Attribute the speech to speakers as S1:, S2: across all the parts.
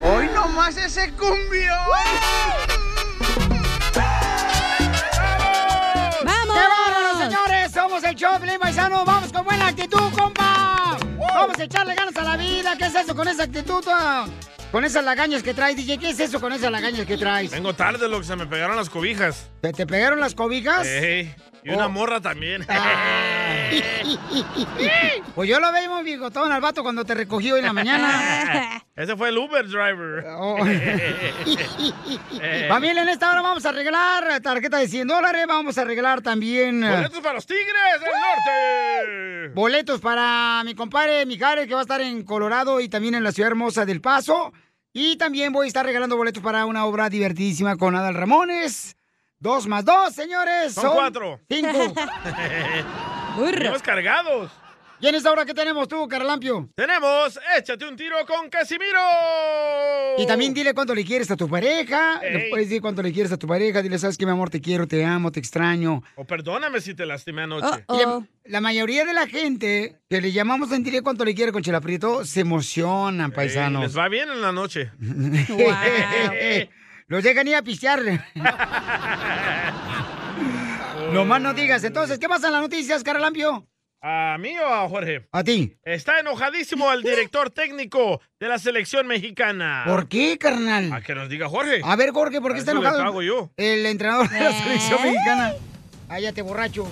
S1: Hoy nomás ese cumbión.
S2: ¡Vamos!
S1: ¡Qué bárbaro, señores! Somos el show, Pelín Paisano. ¡Vamos con buena actitud, compa! ¡Vamos a echarle ganas a la vida! ¿Qué es eso con esa actitud? ah? Con esas lagañas que traes, DJ. ¿Qué es eso con esas lagañas que traes?
S3: Vengo tarde, loco, se me pegaron las cobijas.
S1: ¿Te, te pegaron las cobijas?
S3: Ey, y una
S1: Oh. Ah.
S3: morra también.
S1: Pues yo lo veo muy bigotón al vato cuando te recogió hoy en la mañana.
S3: Ese fue el Uber driver.
S1: Familia, en esta hora Oh. vamos a arreglar tarjeta de 100 dólares. Vamos a arreglar también... eh,
S3: ¡Boletos para los Tigres del Norte!
S1: Boletos para mi compadre Mijares, que va a estar en Colorado y también en la ciudad hermosa del Paso. Y también voy a estar regalando boletos para una obra divertidísima con Adal Ramones. Dos más dos, señores.
S3: Son cuatro.
S1: Cinco.
S3: Venimos cargados.
S1: ¿Y en esta hora qué tenemos tú, Caralampio?
S3: Tenemos Échate un tiro con Casimiro.
S1: Y también dile cuánto le quieres a tu pareja. Le
S3: Ey.
S1: puedes decir cuánto le quieres a tu pareja. Dile, sabes que mi amor, te quiero, te amo, te extraño.
S3: O perdóname si te lastimé anoche.
S1: Y La, la mayoría de la gente que le llamamos en dile cuánto le quiere con Chela Prieto se emocionan,
S3: Ey,
S1: paisanos.
S3: les va bien en la noche.
S1: Los dejan ir a pistear. No más no digas. Entonces, ¿qué pasa en las noticias, Caralampio?
S3: ¿A mí o a Jorge?
S1: A ti.
S3: Está enojadísimo el director técnico de la selección mexicana.
S1: ¿Por qué, carnal?
S3: A que nos diga Jorge.
S1: A ver, Jorge, ¿por qué
S3: A
S1: está
S3: eso le
S1: enojado?
S3: pago yo.
S1: El entrenador de la selección
S3: ¿Eh?
S1: mexicana. Cállate, borracho.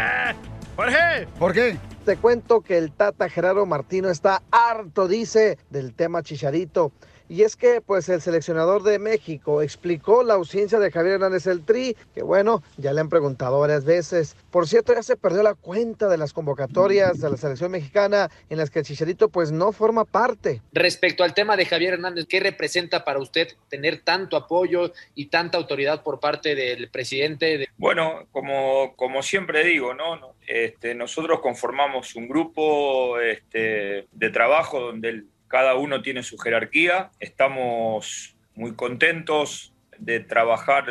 S3: Jorge.
S1: ¿Por qué?
S4: Te cuento que el Tata Gerardo Martino está harto, dice, del tema Chicharito. Y es que, pues, el seleccionador de México explicó la ausencia de Javier Hernández el Tri, que bueno, ya le han preguntado varias veces. Por cierto, ya se perdió la cuenta de las convocatorias de la selección mexicana en las que el Chicharito, pues, no forma parte.
S5: Respecto al tema de Javier Hernández, ¿qué representa para usted tener tanto apoyo y tanta autoridad por parte del presidente? de-
S6: Bueno, como, como siempre digo, ¿no? No, Este, nosotros conformamos un grupo este, de trabajo donde el- cada uno tiene su jerarquía. Estamos muy contentos de trabajar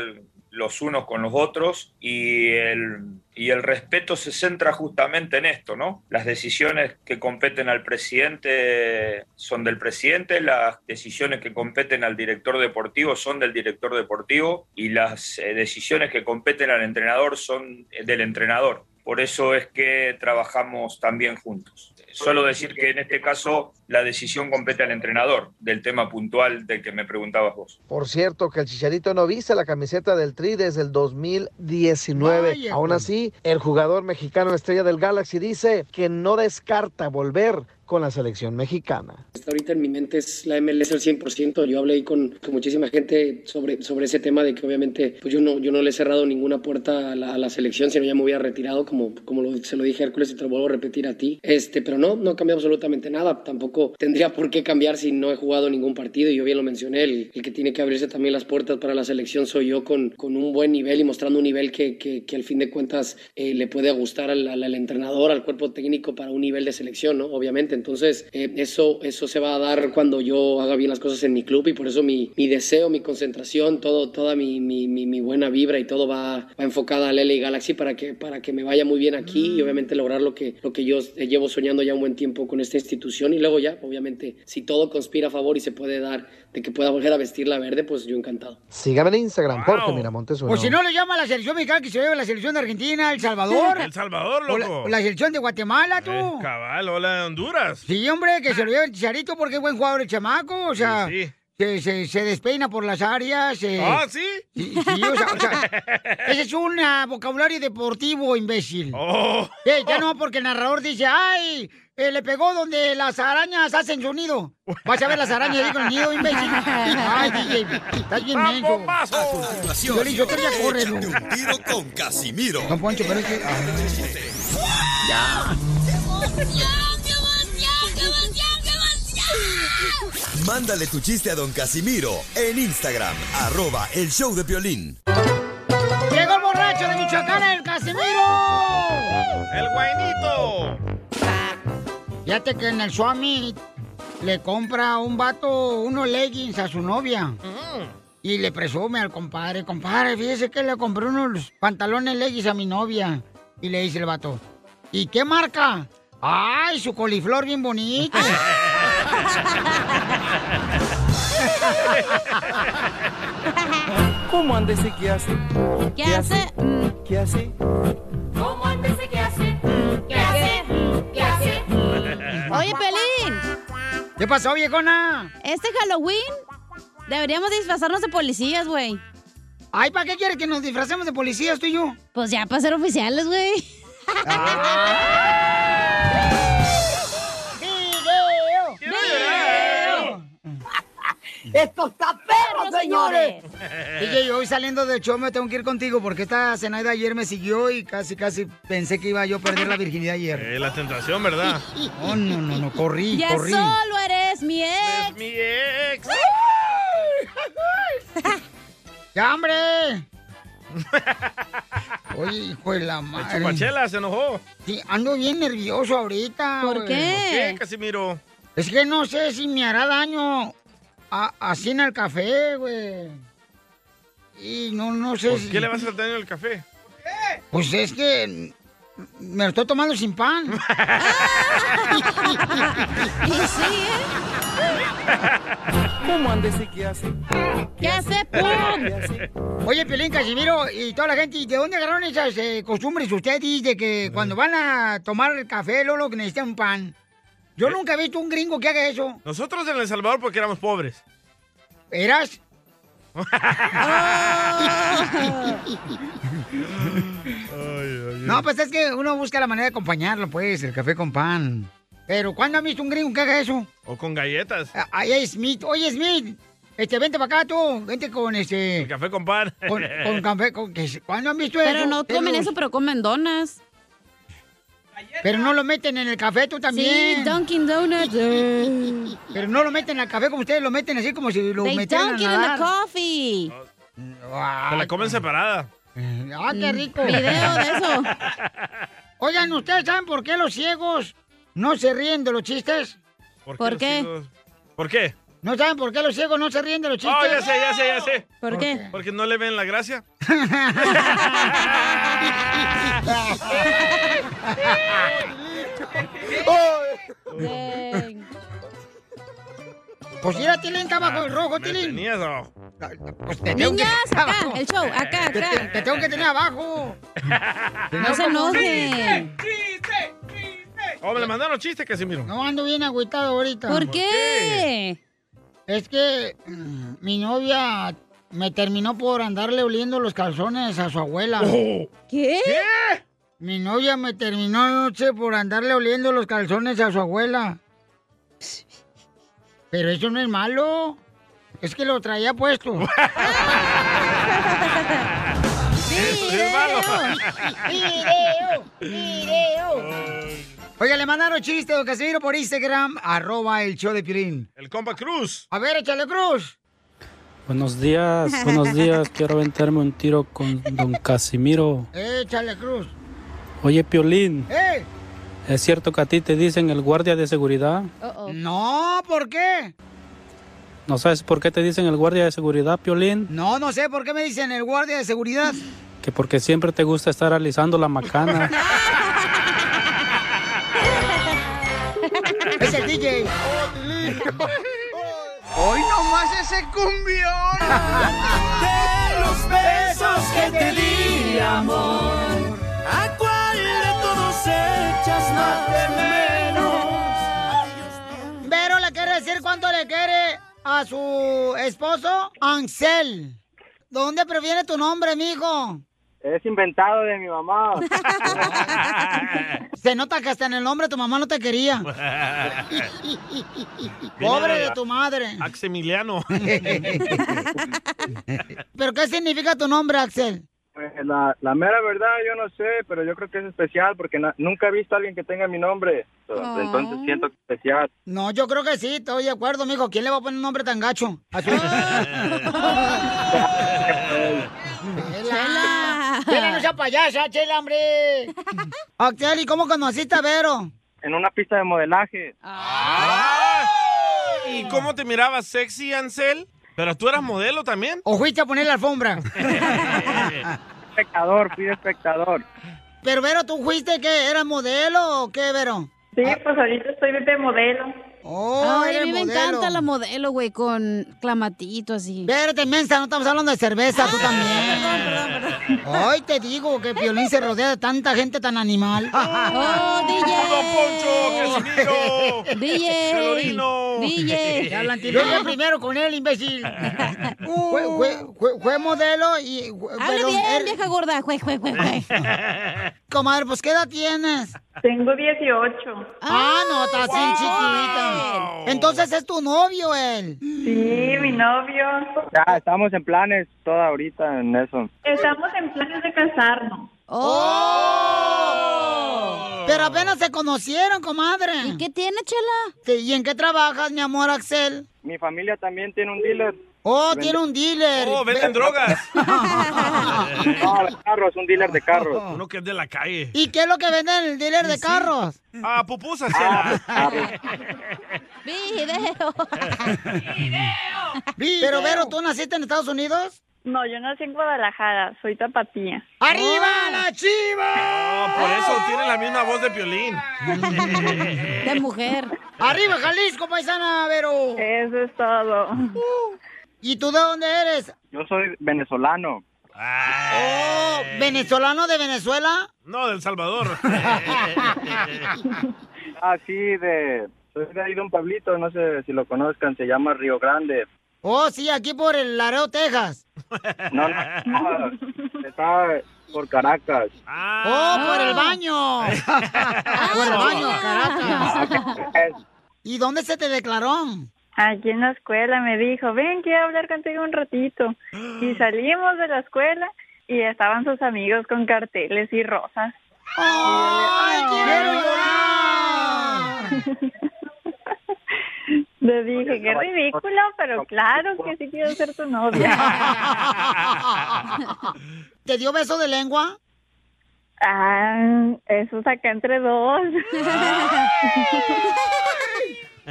S6: los unos con los otros y el, y el respeto se centra justamente en esto, ¿no? Las decisiones que competen al presidente son del presidente, las decisiones que competen al director deportivo son del director deportivo y las eh, decisiones que competen al entrenador son eh, del entrenador. Por eso es que trabajamos también juntos. Solo decir que en este caso la decisión compete al entrenador del tema puntual del que me preguntabas vos.
S4: Por cierto, que el Chicharito no viste la camiseta del Tri desde el 2019.
S6: Vaya,
S4: Aún
S6: con-
S4: así, el jugador mexicano estrella del Galaxy dice que no descarta volver con la selección mexicana.
S7: Está ahorita en mi mente es la MLS al 100%. Yo hablé ahí con, con muchísima gente sobre, sobre ese tema de que obviamente pues yo no, yo no le he cerrado ninguna puerta a la, a la selección, sino ya me hubiera retirado, como, como lo- se lo dije a Hércules y te lo vuelvo a repetir a ti. Este, pero no, no ha cambiado absolutamente nada. Tampoco tendría por qué cambiar si no he jugado ningún partido. Yo bien lo mencioné, el, el que tiene que abrirse también las puertas para la selección soy yo con, con un buen nivel y mostrando un nivel que, que, que al fin de cuentas eh, le puede gustar al, al- al entrenador, al cuerpo técnico para un nivel de selección, ¿no? Obviamente. Entonces, eh, eso, eso se va a dar cuando yo haga bien las cosas en mi club y por eso mi, mi deseo, mi concentración, todo, toda mi, mi, mi- mi buena vibra y todo va, va enfocada al LA Galaxy para que, para que me vaya muy bien aquí y obviamente lograr lo que, lo que yo eh, llevo soñando ya un buen tiempo con esta institución y luego ya, obviamente, si todo conspira a favor y se puede dar de que pueda volver a vestir la verde, pues yo encantado.
S4: Sígame en Instagram, Jorge Miramontes uno.
S1: O Pues si no le llama a la selección mexicana que se lleve la selección de Argentina, El Salvador.
S3: El Salvador,
S1: O la,
S3: loco.
S1: o la selección de Guatemala, tú.
S3: Eh, cabal, hola de Honduras.
S1: Sí, hombre, que se lo lleve el Chicharito porque es buen jugador el chamaco. O sea, se, se- se despeina por las áreas. se-
S3: ¿Ah, sí?
S1: Sí, sí, o sea, o sea, ese es un ah, vocabulario deportivo, imbécil.
S3: Oh.
S1: Eh, ya no, porque el narrador dice, ay, eh, le pegó donde las arañas hacen su nido. Vas a ver las arañas ahí con el nido, imbécil. Ay, DJ, estás bien menso.
S8: A continuación,
S1: Yo le dije, "Yo te voy a correr".
S8: échate un tiro con Casimiro.
S1: Don Poncho, pero es que... ah.
S8: Ya. Mándale tu chiste a don Casimiro en Instagram, arroba el show de Piolín.
S1: Llegó el borracho de Michoacán, el Casimiro.
S3: ¡El guainito!
S1: Fíjate que en el Swami le compra un vato unos leggings a su novia. Y le presume al compadre, compadre, fíjese que le compré unos pantalones leggings a mi novia. Y le dice el vato, ¿y qué marca? ¡Ay, su coliflor bien bonito!
S9: ¿Cómo anda ese que hace?
S10: ¿Qué hace?
S9: ¿Qué hace?
S10: ¿Cómo antes qué hace? ¿Qué hace? ¿Qué hace? Oye, Pelín.
S1: ¿Qué pasó, viejona?
S10: Este Halloween deberíamos disfrazarnos de policías, güey.
S1: Ay, ¿para qué quieres que nos disfracemos de policías tú y yo?
S10: Pues ya para ser oficiales, güey.
S1: ¡Video!
S2: ¡Esto está perro, señores!
S1: DJ, hoy saliendo del show me tengo que ir contigo porque esta Zenaida ayer me siguió y casi, casi pensé que iba yo a perder la virginidad ayer.
S3: Eh, la tentación, ¿verdad?
S1: No, no, no, no, corrí,
S10: ya
S1: corrí.
S10: solo eres mi ex.
S3: mi ex.
S1: ¡Ya, hombre! Oye, hijo de la madre.
S3: Chupachela se enojó.
S1: Sí, ando bien nervioso ahorita.
S3: ¿Por
S1: güey.
S3: qué? ¿Por qué, Casimiro?
S1: Es que no sé si me hará daño a- así en el café, güey. Y no, no sé
S3: ¿Por
S1: si...
S3: qué le vas a hacer daño el café?
S1: Pues es que me lo estoy tomando sin pan.
S10: Y sí,
S9: ¿Cómo anda ese que hace?
S10: ¿eh? ¿Qué hace? ¡Pum!
S1: Oye, Pelín, Casimiro y toda la gente, ¿y ¿de dónde agarraron esas eh, costumbres ustedes de que cuando van a tomar el café, Lolo, que necesitan pan? Yo nunca he visto un gringo que haga eso.
S3: Nosotros en El Salvador porque éramos pobres.
S1: ¿Eras? No, pues es que uno busca la manera de acompañarlo, pues, el café con pan. Pero ¿cuándo han visto un gringo que haga eso?
S3: O con galletas.
S1: Ah, Ahí Smith. Oye, Smith, este, vente para acá tú. Vente con este...
S3: El café con pan.
S1: Con, con café, con que- ¿Cuándo han visto eso?
S10: Pero no comen
S1: Ellos-
S10: eso, pero comen donas.
S1: Pero no lo meten en el café tú también.
S10: Sí, Dunkin' Donuts. eh.
S1: Pero no lo meten al café como ustedes lo meten así como si lo
S10: They
S1: metieran
S10: dunk it
S1: a
S10: in the
S1: nadar.
S10: coffee.
S3: Se la comen separada.
S1: Ah, qué rico.
S10: Mm, Video de eso.
S1: Oigan, ¿ustedes saben por qué los ciegos no se ríen de los chistes?
S10: ¿Por
S3: los
S10: qué?
S3: ciegos? ¿Por qué?
S1: ¿No saben por qué los ciegos no se ríen de los chistes?
S3: Oh, ya sé, ya sé, ya sé.
S10: ¿Por, qué?
S3: Porque no le ven la gracia.
S10: Dang.
S1: Pues mira, Tilín, está bajo el rojo,
S3: Ah, Me
S1: Tilín.
S3: tenías oh. abajo.
S1: Pues te tengo que-
S10: Niñas, acá,
S1: abajo.
S10: el show, acá,
S1: Te, te-
S10: acá.
S1: te tengo que tener abajo.
S10: No se enojen.
S3: Oh, me le mandaron chistes, Casimiro.
S1: No ando bien agüitado ahorita.
S10: ¿Por qué?
S1: Es que mm, mi novia me terminó por andarle oliendo los calzones a su abuela.
S3: Oh,
S10: ¿Qué?
S3: ¿Qué?
S1: Mi novia me terminó anoche por andarle oliendo los calzones a su abuela. Pero eso no es malo. Es que lo traía puesto.
S3: Es malo.
S1: ¡Video! ¡Video! Oiga, le mandaron chiste, don Casimiro, por Instagram, arroba el show de Pirín.
S3: El compa Cruz.
S1: A ver, échale cruz.
S11: Buenos días, buenos días. Quiero aventarme un tiro con don Casimiro.
S1: Échale cruz.
S11: Oye, Piolín,
S1: ¡Eh!
S11: ¿es cierto que a ti te dicen el guardia de seguridad?
S1: No, ¿por qué?
S11: ¿No sabes por qué te dicen el guardia de seguridad, Piolín?
S1: No, no sé por qué me dicen el guardia de seguridad.
S11: Que porque siempre te gusta estar alisando la macana.
S1: Es el DJ.
S2: Oh, ¡Hoy nomás ese cumbión! De los besos que te di, amor ¿A cuál de todos echas más de menos?
S1: Vero le quiere decir cuánto le quiere a su esposo, Ansel. ¿Dónde proviene tu nombre, mijo?
S12: Es inventado de mi mamá.
S1: Se nota que hasta en el nombre tu mamá no te quería. Pobre de tu madre.
S3: Axemiliano.
S1: ¿Pero qué significa tu nombre, Axel?
S12: Pues, La, la mera verdad, yo no sé, pero yo creo que es especial porque na- nunca he visto a alguien que tenga mi nombre.
S1: Ah.
S12: Entonces siento que es especial.
S1: No, yo creo que sí, estoy de acuerdo, mijo. ¿Quién le va a poner un nombre tan gacho? A su... ¡Chela! ¡Chela, no sea payasa, chela, hombre! Axel, ¿y cómo conociste a Vero?
S12: En una pista de modelaje.
S3: Ah. ¿Y cómo te mirabas sexy, Ansel? Pero tú eras modelo también. Eh,
S1: ¿O fuiste a poner la alfombra?
S12: espectador, fui espectador.
S1: Pero, Vero, ¿tú fuiste qué? ¿Eras modelo o qué, Vero?
S13: Sí, pues ahorita estoy de modelo.
S1: Oh,
S13: Ay,
S1: eres
S13: a mí me
S1: modelo.
S13: encanta la modelo, güey, con clamatito así.
S1: Verte, mensa, no estamos hablando de cerveza, tú también. Hoy te digo que Piolín se rodea de tanta gente tan animal.
S2: ¡Oh, DJ! ¡Don Poncho, Casimiro!
S1: DJ.
S2: ¡Pelorino! DJ.
S1: Ya hablan, tío. Yo iba primero con él, imbécil. Fue, fue- fue- fue modelo y...
S13: Habla bien, vieja gorda. Jue, jue, jue, jue.
S1: Comadre, pues, ¿qué edad tienes?
S13: Tengo 18.
S1: Ah, no, estás bien chiquita. Entonces es tu novio él.
S13: Sí, mi novio.
S12: Ya, estamos en planes toda ahorita en eso.
S13: Estamos en planes de casarnos.
S1: ¡Oh! Pero apenas se conocieron, comadre. ¿Y qué tiene, Chela? ¿Y en qué trabajas, mi amor, Axel?
S12: Mi familia también tiene un dealer.
S1: Oh,
S12: Vende-
S1: tiene un dealer.
S3: Oh, venden drogas.
S12: No, de carros, un dealer de carros.
S3: Uno que es de la calle.
S1: ¿Y qué es lo que vende en el dealer de carros?
S3: Ah, pupusas, Chela.
S12: Ah,
S13: Video.
S1: Pero, Vero, ¿tú naciste en Estados Unidos?
S13: No, yo nací en Guadalajara, soy tapatía.
S1: ¡Arriba
S2: ¡Ah,
S1: la
S3: No,
S1: chiva!
S3: por eso tiene la misma voz de Piolín.
S13: De mujer.
S1: ¡Arriba Jalisco, paisana, Vero! Uh.
S13: Eso es todo.
S1: ¿Y tú de dónde eres?
S12: Yo soy venezolano.
S1: Oh,
S3: Eh.
S1: ¿venezolano de Venezuela?
S3: No, del Salvador.
S12: Ah, sí, de... Soy de ahí de un pueblito, no sé si lo conozcan, se llama Río Grande.
S1: Oh, sí, aquí por el Laredo, Texas.
S12: No, no, no, Ah, está por Caracas.
S1: ¡Oh, por el baño! por el baño, Caracas. ¿Y dónde se te declaró?
S13: Aquí en la escuela me dijo, ven, quiero hablar contigo un ratito. Y salimos de la escuela y estaban sus amigos con carteles y rosas.
S1: ¡Ay, quiero
S13: Le dije, qué ridículo, pero claro que sí quiero ser tu novia.
S1: ¿Te dio beso de lengua?
S13: Ah, eso saca entre dos.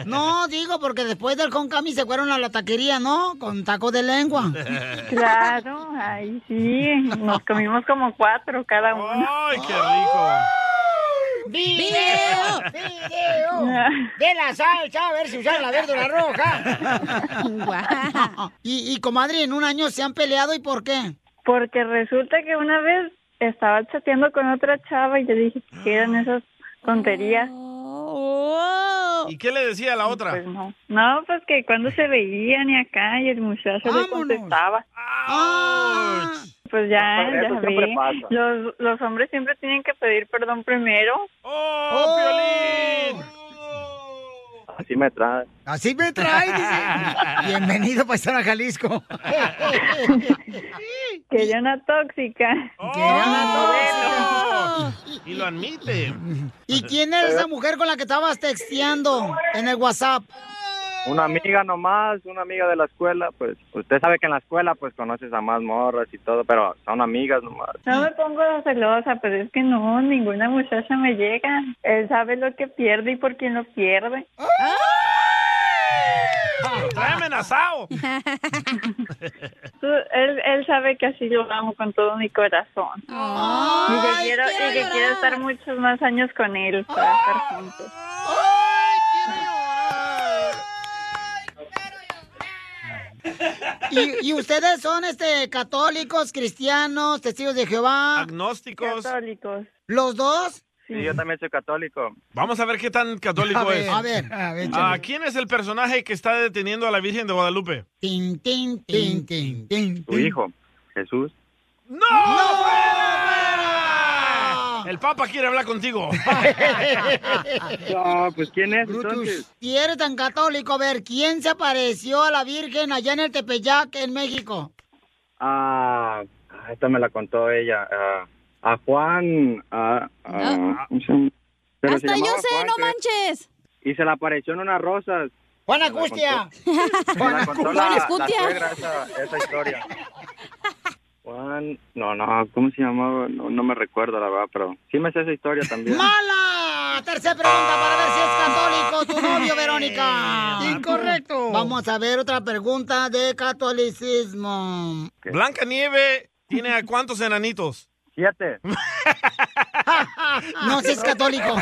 S1: No, digo, porque después del concami se fueron a la taquería, ¿no? Con taco de lengua.
S13: Claro, ay, sí, nos comimos como cuatro cada uno.
S3: ¡Ay, qué rico!
S1: ¡Video! ¡Video! ¡De la salsa! A ver si usan la verdura roja. y, y, comadre, en un año se han peleado, ¿y por qué?
S13: Porque resulta que una vez estaba chateando con otra chava y yo dije, ¿qué eran esas tonterías?
S3: ¿Y qué le decía a la otra?
S13: No, pues que cuando se veían y acá y el muchacho le contestaba. Pues ya,
S2: Eso
S13: ya
S2: siempre
S13: vi.
S2: pasa.
S13: Los, los hombres siempre tienen que pedir perdón primero.
S3: ¡Oh, Piolín!
S12: Así me trae.
S1: Así me trae, dice. Bienvenido, paisano a Jalisco.
S13: que yo una tóxica.
S1: Oh.
S12: Oh,
S3: Y lo admite.
S1: ¿Y quién era esa mujer con la que estabas texteando en el WhatsApp?
S12: Una amiga nomás, una amiga de la escuela, pues usted sabe que en la escuela pues conoces a más morras y todo, pero son amigas nomás.
S13: No me pongo celosa, pero es que no, ninguna muchacha me llega. Él sabe lo que pierde y por quién lo pierde.
S1: Oh.
S3: ¡Lo trae amenazado!
S13: Tú- él, él sabe que así yo amo con todo mi corazón. y que, quiero, y que quiero estar muchos más años con él para estar juntos.
S1: ¿Y, y ustedes son este católicos, cristianos, testigos de Jehová?
S3: Agnósticos.
S13: Católicos.
S1: ¿Los dos?
S12: Sí, yo también soy católico.
S3: Vamos a ver qué tan católico
S12: A ver,
S3: es.
S12: a ver, a ver, échale.
S3: Ah, ¿Quién es el personaje que está deteniendo a la Virgen de Guadalupe?
S1: Tin, tin, tin, tin, tin,
S12: Tu hijo, Jesús.
S3: ¡No! El Papa quiere hablar contigo. Ah,
S12: No, pues ¿quién es entonces?
S1: Si eres tan católico, a ver, ¿quién se apareció a la Virgen allá en el Tepeyac, en México?
S12: Ah, esta me la contó ella. ah, a Juan. ah, ah, ¿cómo se llama? Pero se
S10: Hasta yo
S12: llamaba
S10: sé,
S12: Juan,
S10: no
S12: creo.
S10: manches.
S12: Y se le apareció en unas rosas.
S1: Juan
S12: Acustia. Juan
S10: Acustia.
S12: La,
S10: Juan
S12: la
S10: Acustia.
S12: suegra esa, esa historia. Juan, no, no, ¿cómo se llamaba? No, no me recuerdo la verdad, pero sí me sé esa historia también.
S1: ¡Mala! Tercera pregunta para ver si es católico tu novio, Verónica. Incorrecto. Vamos a ver otra pregunta de catolicismo.
S3: Blanca Nieve tiene a cuántos enanitos?
S12: Siete.
S1: No, si es católico.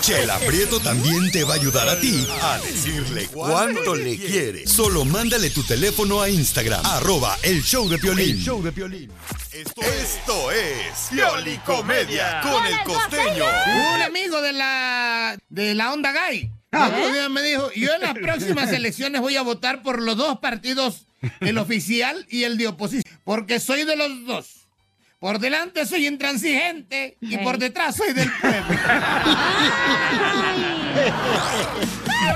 S8: Chela Prieto también te va a ayudar a ti a decirle cuánto le quiere. Solo mándale tu teléfono a Instagram, arroba el show de Piolín.
S2: El
S8: show de Piolín. Esto, esto es Pioli Comedia con el costeño.
S5: Un amigo de la de la Onda
S14: ¿Eh?
S5: Gay. El otro día me dijo, yo en las próximas elecciones voy a votar por los dos partidos, el oficial y el de oposición, porque soy de los dos. Por delante soy intransigente y por detrás soy del pueblo.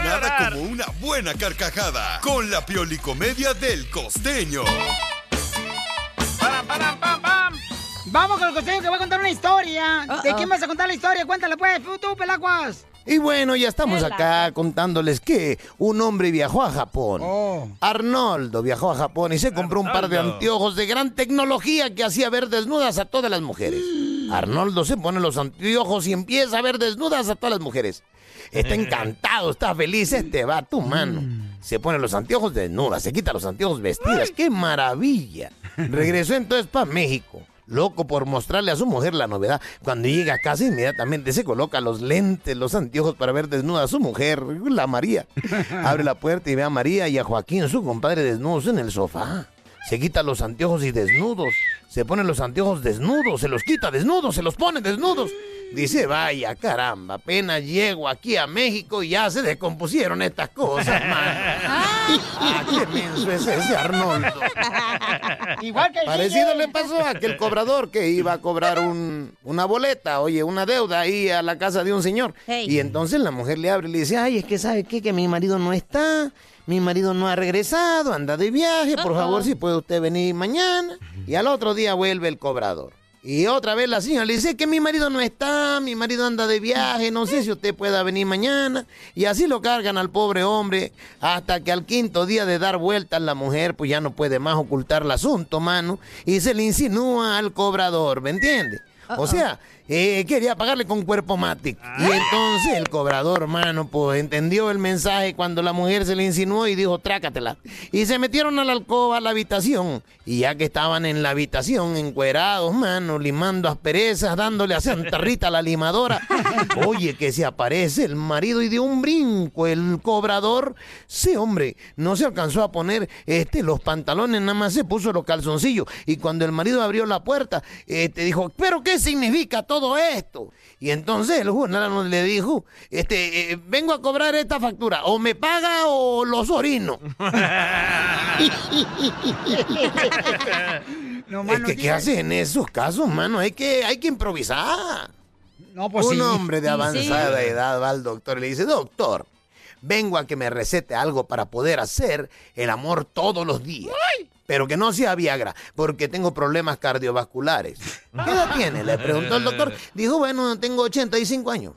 S8: Nada como una buena carcajada con la Pioli Comedia del costeño.
S1: Vamos con el costeño que va a contar una historia. ¿De quién vas a contar la historia? Cuéntale pues, tú, Pelaguas.
S14: Y bueno, ya estamos acá contándoles que un hombre viajó a Japón. Arnoldo viajó a Japón y se compró un par de
S2: Arnoldo.
S14: anteojos de gran tecnología que hacía ver desnudas a todas las mujeres. Arnoldo se pone los anteojos y empieza a ver desnudas a todas las mujeres. Está encantado, está feliz, este va a tu mano. Se pone los anteojos desnudas, se quita los anteojos vestidas. ¡Qué maravilla! Regresó entonces para México. Loco por mostrarle a su mujer la novedad. Cuando llega a casa, inmediatamente se coloca los lentes, los anteojos para ver desnuda a su mujer, la María. Abre la puerta y ve a María y a Joaquín, su compadre, desnudos en el sofá. Se quita los anteojos y desnudos. Se pone los anteojos desnudos, se los quita desnudos, se los pone desnudos. Dice, vaya caramba, apenas llego aquí a México y ya se descompusieron estas cosas, mano. Ah, qué menso es ese Arnoldo.
S1: Igual que el
S14: Parecido
S1: DJ.
S14: le pasó a aquel cobrador que iba a cobrar un- una boleta, oye, una deuda ahí a la casa de un señor.
S15: Hey.
S14: Y entonces la mujer le abre y le dice, ay, es que sabe qué, que mi marido no está, mi marido no ha regresado, anda de viaje, por
S15: Uh-oh.
S14: favor, si puede usted venir mañana. Y al otro día vuelve el cobrador. Y otra vez la señora le dice que mi marido no está, mi marido anda de viaje, no sé si usted pueda venir mañana. Y así lo cargan al pobre hombre hasta que al quinto día de dar vueltas la mujer pues ya no puede más ocultar el asunto, mano. Y se le insinúa al cobrador, ¿me entiende? O sea, eh, quería pagarle con cuerpo matic. Y entonces el cobrador, mano, pues entendió el mensaje cuando la mujer se le insinuó y dijo, trácatela. Y se metieron a la alcoba, a la habitación. Y ya que estaban en la habitación, encuerados, mano, limando asperezas, dándole a Santa Rita la limadora. Oye, que se aparece el marido y de un brinco el cobrador. Sí, hombre, no se alcanzó a poner este, los pantalones, nada más se puso los calzoncillos. Y cuando el marido abrió la puerta, este, dijo, ¿pero qué significa todo esto? Y entonces el jornalero le dijo, este, eh, vengo a cobrar esta factura, o me paga o los orino. es que, ¿qué haces en esos casos, mano? Hay que, hay que improvisar.
S1: No, pues
S14: Un
S1: sí.
S14: hombre de
S1: Sí,
S14: avanzada
S1: sí.
S14: edad va al doctor y le dice, doctor, vengo a que me recete algo para poder hacer el amor todos los días. Pero que no sea Viagra, porque tengo problemas cardiovasculares. ¿Qué edad tiene? Le preguntó el doctor. Dijo, bueno, tengo 85 años.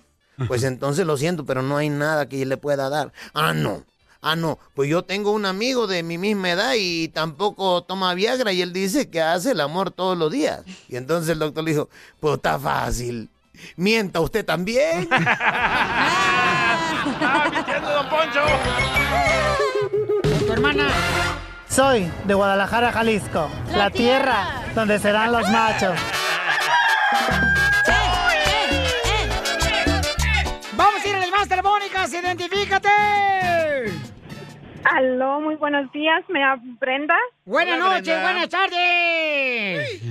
S14: Pues entonces lo siento, pero no hay nada que yo le pueda dar. Ah, no. Ah, no. Pues yo tengo un amigo de mi misma edad y tampoco toma Viagra y él dice que hace el amor todos los días. Y entonces el doctor le dijo, pues está fácil. Mienta usted también.
S1: Tu hermana.
S16: Soy de Guadalajara, Jalisco, la, tierra. donde serán los machos.
S1: Vamos a ir a las más telefónicas, identifícate.
S13: Aló, muy buenos días, me Brenda.
S1: Buenas
S13: Hola,
S1: noches,
S13: Brenda.
S1: buenas tardes.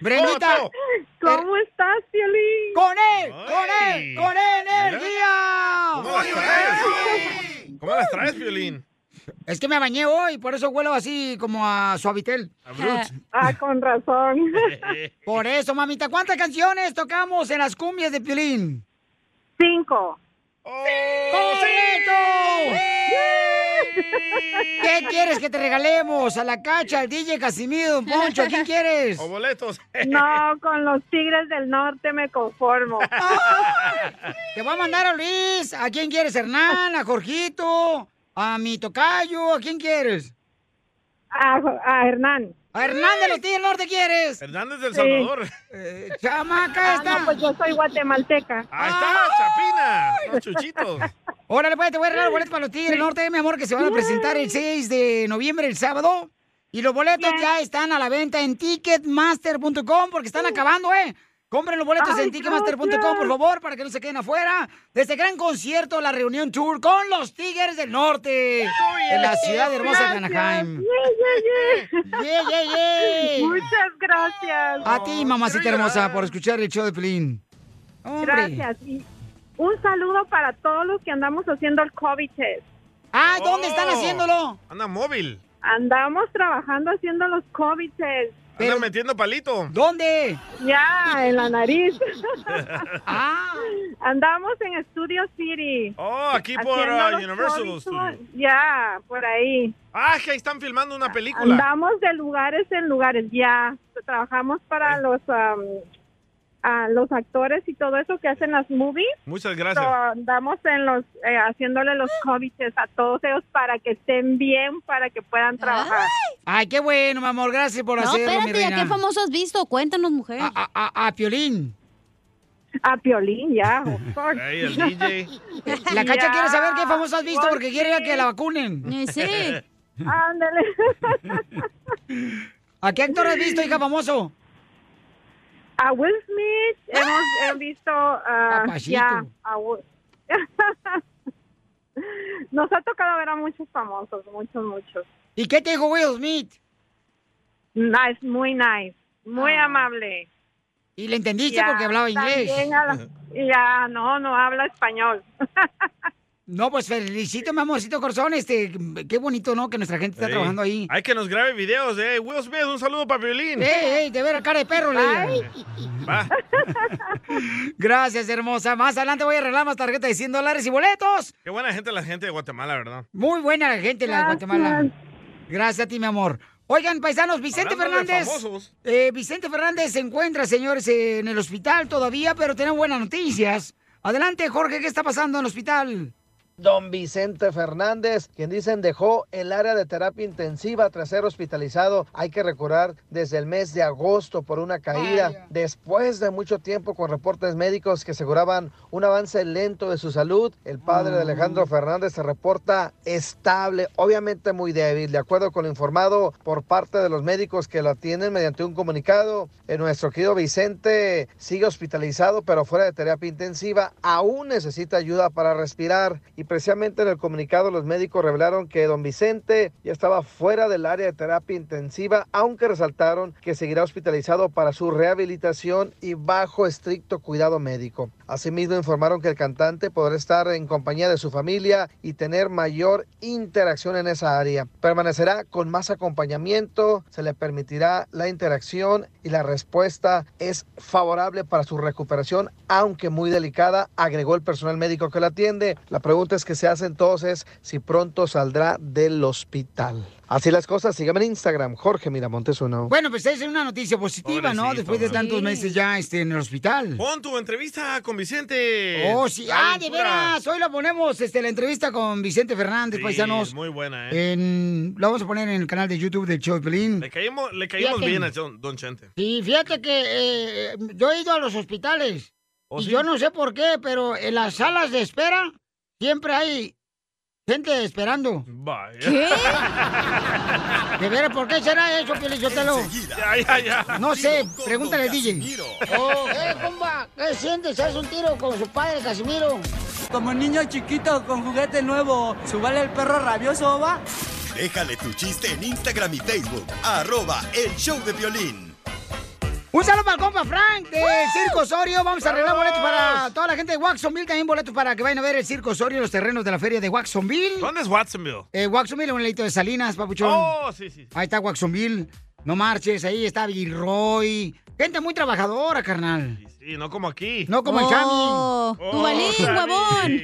S1: Brendita. er-,
S17: ¿Cómo estás, Piolín?
S1: ¡Con él! ¡Con él! ¡Con él, energía!
S3: ¿Cómo las traes? ¿Cómo las traes, Violín?
S1: Es que me bañé hoy, por eso huelo así como a suavitel.
S3: Brut.
S17: Ah, con razón.
S1: Por eso, mamita, ¿cuántas canciones tocamos en las cumbias de Piolín?
S17: Cinco.
S1: ¡Correcto! ¿Qué quieres que te regalemos? ¿A la cacha, al DJ Casimiro, un poncho? ¿A quién quieres?
S3: ¿O boletos?
S17: No, con los Tigres del Norte me conformo.
S1: Te voy a mandar a Luis. ¿A quién quieres? ¿Hernán? ¿A Jorgito? ¿A mi tocayo? ¿A quién quieres?
S17: A, Hernán.
S1: ¿A Hernán de los Tigres del Norte quieres?
S3: Hernández del Salvador.
S1: Eh, chamaca esta.
S17: pues yo soy guatemalteca.
S3: Ahí está, Chapina. Los chuchitos.
S1: Órale, pues te voy a regalar boletos para los Tigres del Norte, eh, mi amor, que se van a presentar el 6 de noviembre, el sábado. Y los boletos ya están a la venta en ticketmaster.com porque están acabando, ¿eh? Compren los boletos
S18: Ay,
S1: en ticketmaster.com,
S18: gracias.
S1: por favor, para que no se queden afuera de este gran concierto, la reunión tour con los Tigres del Norte en la ciudad hermosa de Anaheim. Yeah, yeah, yeah.
S17: Muchas gracias.
S1: A ti, mamacita hermosa, por escuchar el show de Pelín.
S17: Gracias. Y un saludo para todos los que andamos haciendo el COVID test.
S1: Ah,
S3: Oh, Anda móvil.
S17: Andamos trabajando haciendo los COVID test.
S3: Anda metiendo palito.
S1: ¿Dónde?
S17: Ya, en la nariz.
S1: Ah.
S17: Andamos en Studio City.
S3: Oh, aquí por, ah, Universal Studio.
S17: Ya, por ahí.
S3: Ah, que ahí están filmando una película.
S17: Andamos de lugares en lugares, ya. Trabajamos
S3: Eh.
S17: para los am, a los actores y todo eso que hacen las movies.
S3: Muchas gracias.
S17: So, andamos en los, eh, haciéndole los COVID test a todos ellos para que estén bien, para que puedan trabajar.
S1: Ay, qué bueno, mi amor, gracias por
S17: No,
S1: hacerlo, mi
S17: espérate, ¿a
S1: reina.
S17: qué famoso
S1: has visto? Cuéntanos, mujer. A, a, a Piolín.
S17: A Piolín, ya, of course.
S3: Ahí el DJ.
S1: La Cacha
S17: Ya,
S1: quiere saber qué famoso has visto
S17: ¿por
S1: porque quiere ir a
S17: qué?
S1: que la vacunen.
S17: Ándale.
S1: ¿A qué actor has visto, hija famoso?
S17: A Will Smith hemos he visto ah,
S1: Papachito.
S17: ya a Will- Nos ha tocado ver a muchos famosos, muchos, muchos.
S1: ¿Y qué te dijo Will Smith?
S17: Nice, muy nice, muy amable.
S1: ¿Y le Ah. entendiste
S17: Ya,
S1: porque hablaba inglés?
S17: también a la- ya, no, no habla español.
S1: No, pues felicito, mi amorcito corazón. Este, qué bonito, ¿no? Que nuestra gente está
S3: Sí.
S1: trabajando ahí.
S3: Hay que nos grabe videos, eh. Will Smith, un saludo para Violín.
S1: ¡Ey, ey! De ver cara de perro, le digo.
S3: Va.
S1: Gracias, hermosa. Más adelante voy a arreglar más tarjetas de 100 dólares y boletos.
S3: Qué buena gente la gente de Guatemala, ¿verdad?
S1: Muy buena la gente, la de Guatemala. Gracias a ti, mi amor. Oigan, paisanos, Vicente
S3: Hablando de
S1: Fernández.
S3: famosos.
S1: eh, Vicente Fernández se encuentra, señores, eh, en el hospital todavía, pero tenemos buenas noticias. Adelante, Jorge, ¿qué está pasando en el hospital?
S4: Don Vicente Fernández, quien dicen dejó el área de terapia intensiva tras ser hospitalizado, hay que recordar, desde el mes de agosto por una caída, después de mucho tiempo con reportes médicos que aseguraban un avance lento de su salud, el padre de Alejandro Fernández se reporta estable, obviamente muy débil, de acuerdo con lo informado por parte de los médicos que lo atienden mediante un comunicado, eh, nuestro querido Vicente sigue hospitalizado pero fuera de terapia intensiva, aún necesita ayuda para respirar y precisamente en el comunicado los médicos revelaron que don Vicente ya estaba fuera del área de terapia intensiva, aunque resaltaron que seguirá hospitalizado para su rehabilitación y bajo estricto cuidado médico. Asimismo informaron que el cantante podrá estar en compañía de su familia y tener mayor interacción en esa área. Permanecerá con más acompañamiento, se le permitirá la interacción y la respuesta es favorable para su recuperación, aunque muy delicada, agregó el personal médico que la atiende. La pregunta es que se hace entonces si pronto saldrá del hospital. Así las cosas, síganme en Instagram, Jorge Miramontes uno.
S1: Bueno, pues es una noticia positiva, ¿no? Después de tantos meses ya este, en el hospital.
S3: Pon tu entrevista con Vicente.
S1: Oh, sí.
S3: La
S1: Ah, de
S3: aventura.
S1: veras. Hoy la ponemos, este, la entrevista con Vicente Fernández,
S3: Sí,
S1: paisanos.
S3: Muy buena, eh.
S1: En- la vamos a poner en el canal de YouTube del show de Pelín.
S3: Le caímos, le caímos
S1: Fíjate.
S3: bien a Don, Don Chente.
S1: Sí, fíjate que eh, yo he ido a los hospitales
S3: ¿Oh,
S1: y yo no sé por qué, pero en las salas de espera siempre hay gente esperando.
S3: Vaya.
S1: ¿Qué? ¿De veras por qué será eso, Pielichotelo?
S3: Ya, ya, ya.
S1: No sé, pregúntale al DJ. Oh, eh, compa, ¿qué sientes? ¿Haz un tiro con su padre, Casimiro?
S19: Como niño chiquito con juguete nuevo, ¿subale el perro rabioso, va?
S8: Déjale tu chiste en Instagram y Facebook. Arroba el show de violín.
S1: Un saludo para el compa Frank del Circo Osorio. Vamos a arreglar boletos para toda la gente de Waxonville. También boletos para que vayan a ver el Circo Osorio, los terrenos de la feria de Waxonville.
S3: ¿Dónde es Watsonville?
S1: Eh, Waxonville, un leito de Salinas, papuchón.
S3: Oh, sí, sí.
S1: Ahí está Waxonville. No marches, ahí está Vilroy. Gente muy trabajadora, carnal.
S3: Sí, no como aquí.
S1: No como el
S10: Oh,
S1: Chami.
S10: tu balín,
S1: Chami.
S10: huevón.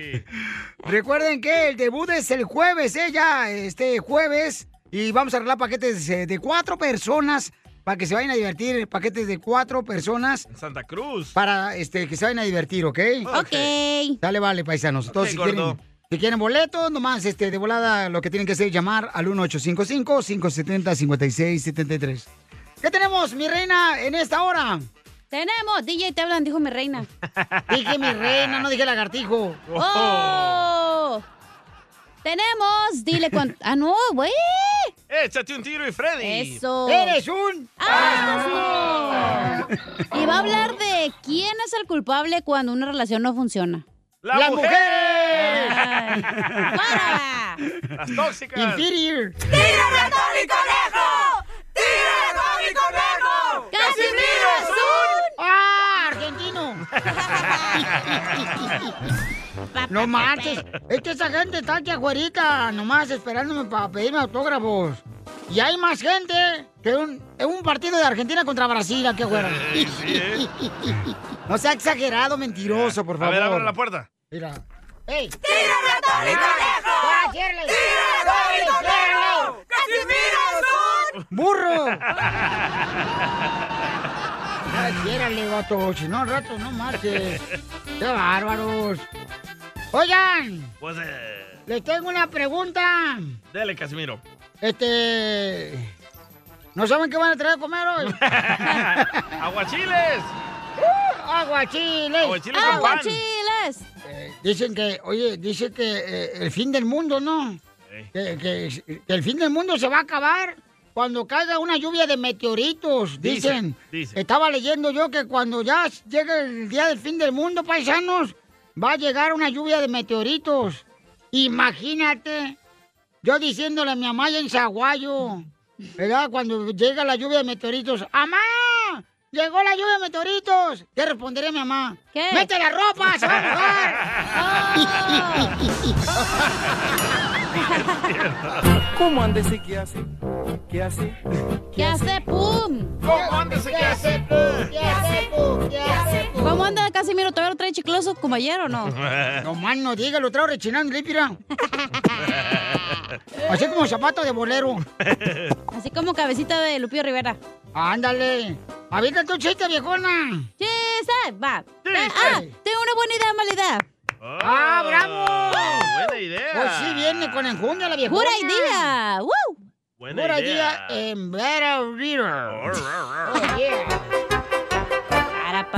S1: Recuerden que el debut es el jueves, ¿eh? Ya, este jueves. Y vamos a arreglar paquetes eh, de cuatro personas para que se vayan a divertir. Paquetes de cuatro personas. En
S3: Santa Cruz.
S1: Para este, que se vayan a divertir, ¿ok?
S10: Ok.
S1: Dale, vale, paisanos. Entonces,
S3: Ok,
S1: si,
S3: gordo.
S1: quieren, si quieren boletos, nomás este, de volada lo que tienen que hacer es llamar al 1855-570-5673. ¿Qué tenemos, mi reina, en esta hora?
S10: Tenemos, DJ, te hablan, dijo mi reina.
S1: Dije mi reina, no dije lagartijo.
S10: ¡Oh! Tenemos, dile cuánto. ¡Ah, no, güey!
S3: Échate un tiro y Freddy.
S10: ¡Eso!
S1: ¡Eres un
S10: asno! Y va a hablar de quién es el culpable cuando una relación no funciona.
S3: ¡La, mujer!
S10: Las
S3: tóxicas.
S1: Inferior.
S10: ¡Tírame a Tony Conejo!
S2: ¡Tírame a Tony Conejo! ¡Casimiro es un...
S1: ¡Ah, argentino! No marches. Es que esa gente está aquí afuera, nomás esperándome para pedirme autógrafos. Y hay más gente que un, es un partido de Argentina contra Brasil aquí afuera.
S3: Eh, sí, eh.
S1: No sea exagerado, mentiroso, por
S3: A
S1: favor.
S3: ver, abre la puerta.
S1: Mira. ¡Ey!
S2: ¡Tírame a Tony Conejo! ¡Tírame a Tony Conejo! ¡Casimiro es un...
S1: ¡Burro! Quiérale, vato. Si no, al rato, no marches. ¡Qué bárbaros! Oigan,
S3: Pues, eh,
S1: les tengo una pregunta.
S3: dele, Casimiro.
S1: Este. ¿No saben qué van a traer a comer hoy?
S3: ¡Aguachiles!
S1: Uh, ¡Aguachiles!
S3: Aguachiles con pan.
S10: ¡Aguachiles!
S1: Dicen que, oye, dice que eh, el fin del mundo, ¿no? Que, que- que el fin del mundo se va a acabar cuando caiga una lluvia de meteoritos, dicen.
S2: Dicen, dicen.
S1: Estaba leyendo yo que cuando ya llegue el día del fin del mundo, paisanos, va a llegar una lluvia de meteoritos. Imagínate, yo diciéndole a mi mamá allá en Zaguayo, ¿verdad? Cuando llega la lluvia de meteoritos, ¡Amá! Llegó la lluvia de meteoritos. ¿Qué respondería mi mamá? ¿Qué? ¡Mete la ropa! ¡Se va a
S9: ¿Cómo andes y qué hace? ¿Qué hace?
S10: ¿Qué hace pum?
S3: ¿Cómo andas? ¿Qué hace pum?
S1: ¿Qué hace pum? ¿Qué hace pum?
S10: ¿Cómo anda Casimiro? ¿Todavía lo trae chicloso como ayer o no?
S1: No más no diga, lo traigo rechinando, ¿eh, lípira. Así como zapato de bolero.
S10: Así como cabecita de Lupio Rivera.
S1: Ándale. Avienta tu chiste, viejona.
S10: Chiste, va. Ah, tengo una buena idea, mala idea.
S1: ¡Ah, bravo!
S3: Buena idea.
S1: Pues sí, viene con enjundia la viejona.
S10: Buena idea. ¡Woo!
S3: Buena
S1: Good
S3: idea.
S1: idea en better reader. Oh, yeah.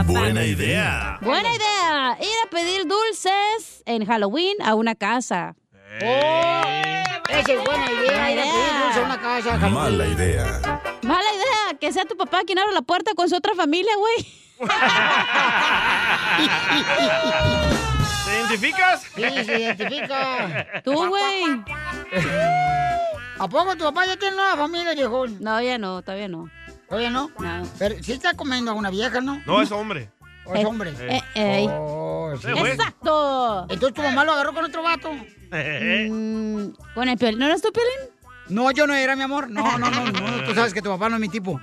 S3: Buena idea.
S10: Buena idea. Ir a pedir dulces en Halloween a una casa.
S1: Oh, esa es buena idea. Era pedir dulce a una casa. Halloween.
S20: Mala idea.
S10: Mala idea. Que sea tu papá quien abra la puerta con su otra familia, güey.
S3: ¿Te identificas?
S1: Sí, se identifica.
S10: Tú, güey.
S1: ¿A poco tu papá ya tiene nueva familia, viejón?
S10: No, ya no, todavía no.
S1: ¿Todavía no?
S10: No.
S1: Pero sí está comiendo a una vieja, ¿no?
S3: No, es hombre.
S1: ¿O es hombre?
S3: Eh,
S10: ey.
S1: Oh, sí.
S3: Eh, güey.
S10: ¡Exacto!
S1: Entonces tu mamá lo agarró con otro vato.
S3: Eh.
S10: Mm, con el piolín. ¿No eras tú, Piolín?
S1: No, yo no era, mi amor. No, no, no, no. Tú sabes que tu papá no es mi tipo.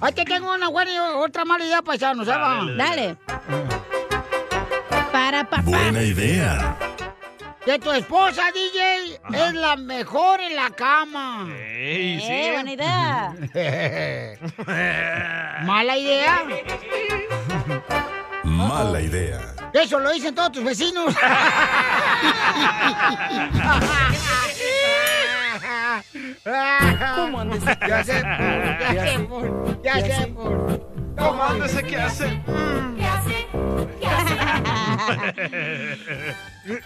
S1: Ahí te tengo una buena y otra mala idea, ¿eh? paisano, ¿sabes?
S10: Dale. Para papá.
S20: Buena idea.
S1: Que tu esposa, DJ, es la mejor en la cama.
S3: Ey, sí.
S10: Eh, buena idea.
S1: Mala idea.
S20: Mala idea.
S1: Eso lo dicen todos tus vecinos. ¿Cómo andas? Ya sé, por- ya sé, por- ya sé, por-
S3: ¿Cómo andas? ¿Qué hace?
S2: ¿Qué hace? ¿Qué hace?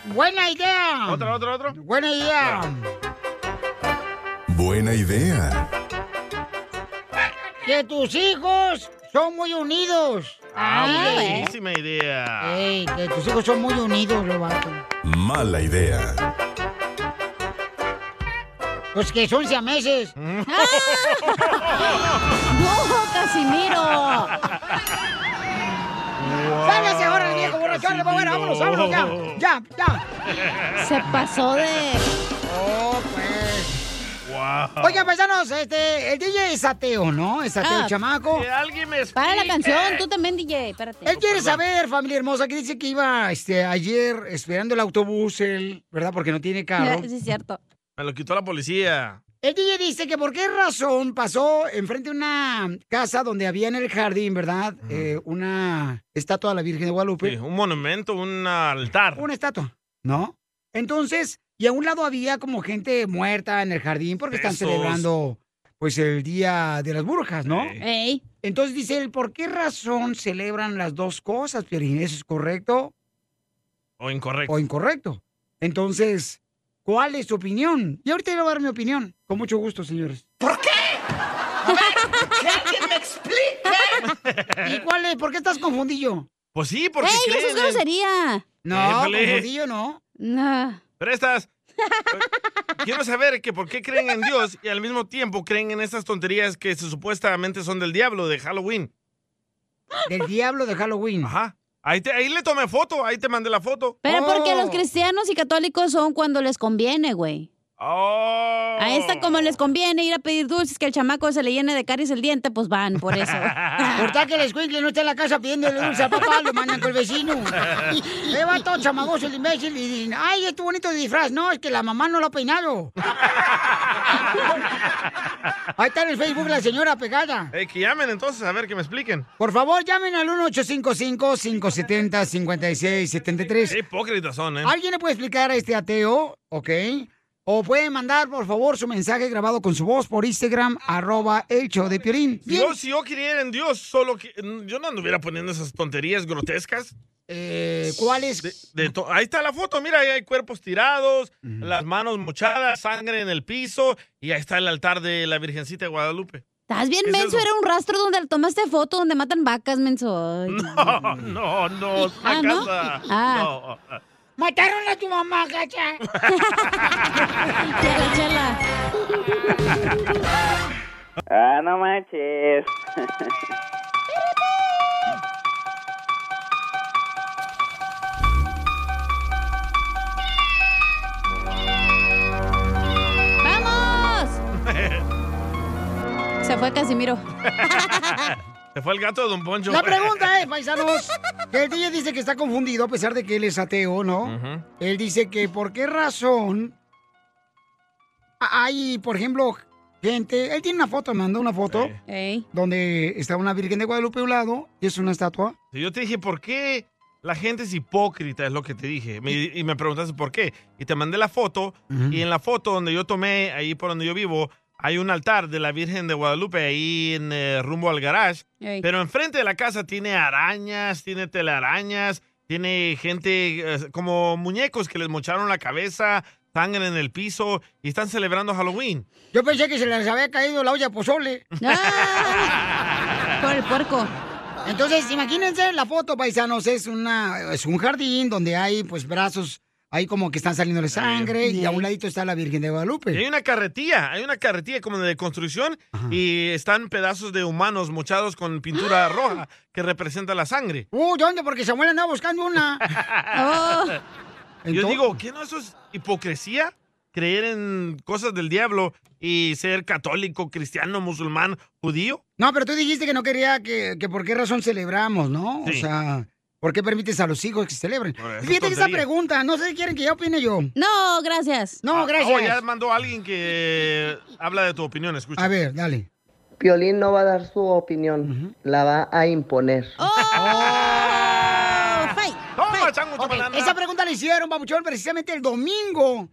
S1: Buena idea.
S3: Otra, otra, otra.
S1: Buena idea.
S20: Buena idea.
S1: Que tus hijos son muy unidos. ¿eh?
S3: Ah,
S1: Ey,
S3: buenísima idea.
S1: ey, que tus hijos son muy unidos, lo vato.
S20: Mala idea.
S1: Pues que son siameses.
S10: ¡No, Casimiro!
S1: ¡Sálgase ahora, el viejo borrachón! Le voy a ver, vámonos, vámonos, ya, ya, ya.
S10: Se pasó de...
S1: Oh, pues. Wow. Oigan, paisanos, este, el DJ es ateo, ¿no? Es ateo,
S10: Ah.
S1: chamaco.
S3: alguien me
S10: Para la canción, tú también, DJ, espérate.
S1: Él quiere saber, familia hermosa, que dice que iba este, ayer esperando el autobús, él, ¿verdad? Porque no tiene carro.
S10: Sí, es cierto.
S3: Me lo quitó la policía.
S1: El DJ dice que por qué razón pasó enfrente de una casa donde había en el jardín, ¿verdad? Eh, una estatua de la Virgen de Guadalupe.
S3: Sí, un monumento, un altar.
S1: Una estatua, ¿no? Entonces, y a un lado había como gente muerta en el jardín porque están
S2: Esos.
S1: celebrando, pues, el Día de las Brujas, ¿no? Entonces dice él, ¿por qué razón celebran las dos cosas, Piolín? ¿Eso es correcto
S3: O incorrecto.
S1: o incorrecto? Entonces, ¿cuál es tu opinión? Y ahorita le voy a dar mi opinión, con mucho gusto, señores.
S2: A ver, que alguien me explique.
S1: ¿Y cuál es? ¿Por qué estás confundido?
S3: Pues sí, porque
S10: ¡Ey, eso es
S3: creen en-
S10: grosería!
S1: No, pues,
S3: Épale.
S1: confundillo no.
S10: No.
S3: Pero estas... Quiero saber que por qué creen en Dios y al mismo tiempo creen en estas tonterías que se- supuestamente son del diablo, de Halloween.
S1: Del diablo de Halloween.
S3: Ajá. Ahí, te- ahí le tomé foto, ahí te mandé la foto.
S10: Pero porque
S1: Oh.
S10: los cristianos y católicos son cuando les conviene, güey.
S1: Oh.
S10: A esta como les conviene ir a pedir dulces que el chamaco se le llene de caries el diente, pues van por eso.
S1: Por tal que el escuincle no esté en la casa pidiéndole dulce al papá, lo mandan con el vecino. Le va todo chamagoso el imbécil y dicen, ay, este bonito disfraz. No, es que la mamá no lo ha peinado. Ahí está en el Facebook la señora pegada.
S3: Eh, que llamen entonces, a ver, que me expliquen.
S1: Por favor, llamen al 1855-570-5673.
S3: Qué hipócritas son, ¿eh?
S1: ¿Alguien le puede explicar a este ateo? ¿Ok? O pueden mandar, por favor, su mensaje grabado con su voz por Instagram, arroba el show de Piolín.
S3: Si
S1: Bien.
S3: yo, si yo creyera en Dios, solo que mm, yo no anduviera poniendo esas tonterías grotescas.
S1: Eh, ¿Cuáles?
S3: De to- ahí está la foto, mira, ahí hay cuerpos tirados, las manos mochadas, sangre en el piso, y ahí está el altar de la Virgencita de Guadalupe.
S10: Estás bien,
S3: ¿Qué es
S10: menso.
S3: eso?
S10: Era un rastro donde le tomaste foto donde matan vacas, menso. Ay.
S1: Mm.
S3: No, no, no, es una
S10: Ah, ¿no?
S3: casa.
S10: Ah.
S3: No.
S1: Mataron a tu mamá, gacha.
S10: Chela, chela.
S4: Ah, no manches.
S10: ¡Vamos! Se fue Casimiro.
S3: Se fue el gato de Don Poncho.
S1: La pregunta es, paisanos, que el DJ dice que está confundido a pesar de que él es ateo, ¿no? Él dice que por qué razón hay, por ejemplo, gente... Él tiene una foto, mandó una foto donde está una Virgen de Guadalupe a un lado y es una estatua.
S3: Si Yo te dije, ¿por qué la gente es hipócrita? Es lo que te dije. Me- y me preguntaste por qué. Y te mandé la foto. Y en la foto donde yo tomé, ahí por donde yo vivo, hay un altar de la Virgen de Guadalupe ahí en eh, rumbo al garage.
S10: Ey.
S3: Pero enfrente de la casa tiene arañas, tiene telarañas, tiene gente eh, como muñecos que les mocharon la cabeza, sangre en el piso y están celebrando Halloween.
S1: Yo pensé que se les había caído la olla de pozole.
S10: Por Ah, el puerco.
S1: Entonces, imagínense la foto, paisanos, es una es un jardín donde hay pues brazos ahí como que están saliéndole sangre y a un ladito está la Virgen de Guadalupe.
S3: Y hay una carretilla, hay una carretilla como de construcción y están pedazos de humanos mochados con pintura roja que representa la sangre.
S1: Uh, ¿dónde? Porque Samuel andaba buscando una. Oh.
S3: Yo digo, ¿qué no eso es hipocresía? Creer en cosas del diablo y ser católico, cristiano, musulmán, judío.
S1: No, pero tú dijiste que no quería que, que por qué razón celebramos, ¿no? O
S3: Sí.
S1: sea, ¿por qué permites a los hijos que celebren?
S3: eso,
S1: Fíjate que esa
S3: tontería.
S1: pregunta, no sé si quieren que yo opine yo.
S10: No, Oh, gracias.
S1: No, gracias.
S3: Oh, ya mandó alguien que habla de tu opinión, escucha.
S1: A ver, dale.
S21: Piolín no va a dar su opinión, la va a imponer.
S1: Oh. Toma, Ok, Esa pregunta la hicieron, Babuchón, precisamente el domingo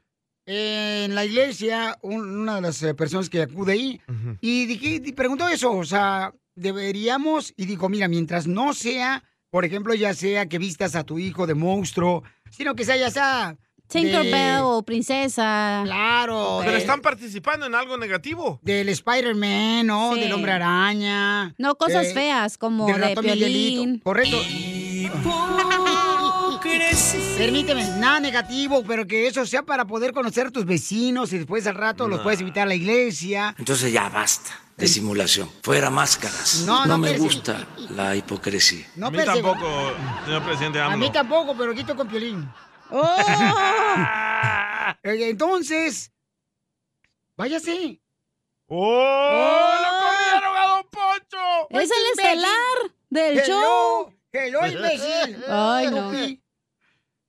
S1: eh, en la iglesia, un- una de las eh, personas que acude ahí, y dije- di- preguntó eso, o sea, deberíamos, y dijo, mira, mientras no sea, por ejemplo, ya sea que vistas a tu hijo de monstruo, sino que sea ya sea... de-
S10: Tinkerbell o princesa. Pues,
S1: Claro.
S3: Pero están participando en algo negativo.
S1: Del Spider-Man, ¿no?
S10: Sí.
S1: Del Hombre Araña.
S10: No, cosas feas como
S1: del
S10: de
S1: ratón
S10: Piolín.
S1: Miguelito. Correcto.
S10: Hipocresía.
S1: Permíteme, nada negativo, pero que eso sea para poder conocer a tus vecinos y después al rato los
S22: No.
S1: puedes invitar a la iglesia.
S22: Entonces ya basta de simulación. Fuera máscaras.
S1: No,
S22: No,
S1: no
S22: me
S1: persigue.
S22: gusta la hipocresía.
S1: No
S3: a mí
S1: persigue.
S3: tampoco, señor presidente
S1: A
S3: AMLO.
S1: mí tampoco, pero quito con Piolín.
S3: ¡Oh!
S1: Eh, Entonces, váyase. ¡Oh!
S3: ¡Oh!
S2: ¡Lo
S1: corrieron a Don Poncho!
S10: Oh. Es el estelar del show.
S1: ¡Hello, imbécil!
S10: Ay, no.
S1: Estúpido.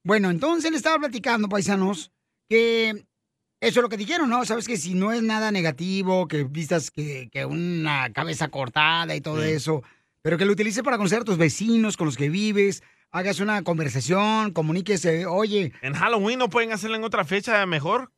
S1: Bueno, entonces le estaba platicando, paisanos, que eso es lo que dijeron, ¿no? Sabes que si no es nada negativo, que vistas que, que una cabeza cortada y todo eso, pero que lo utilices para conocer a tus vecinos con los que vives, hagas una conversación, comuníquese, oye.
S3: ¿En Halloween no pueden hacerlo en otra fecha mejor?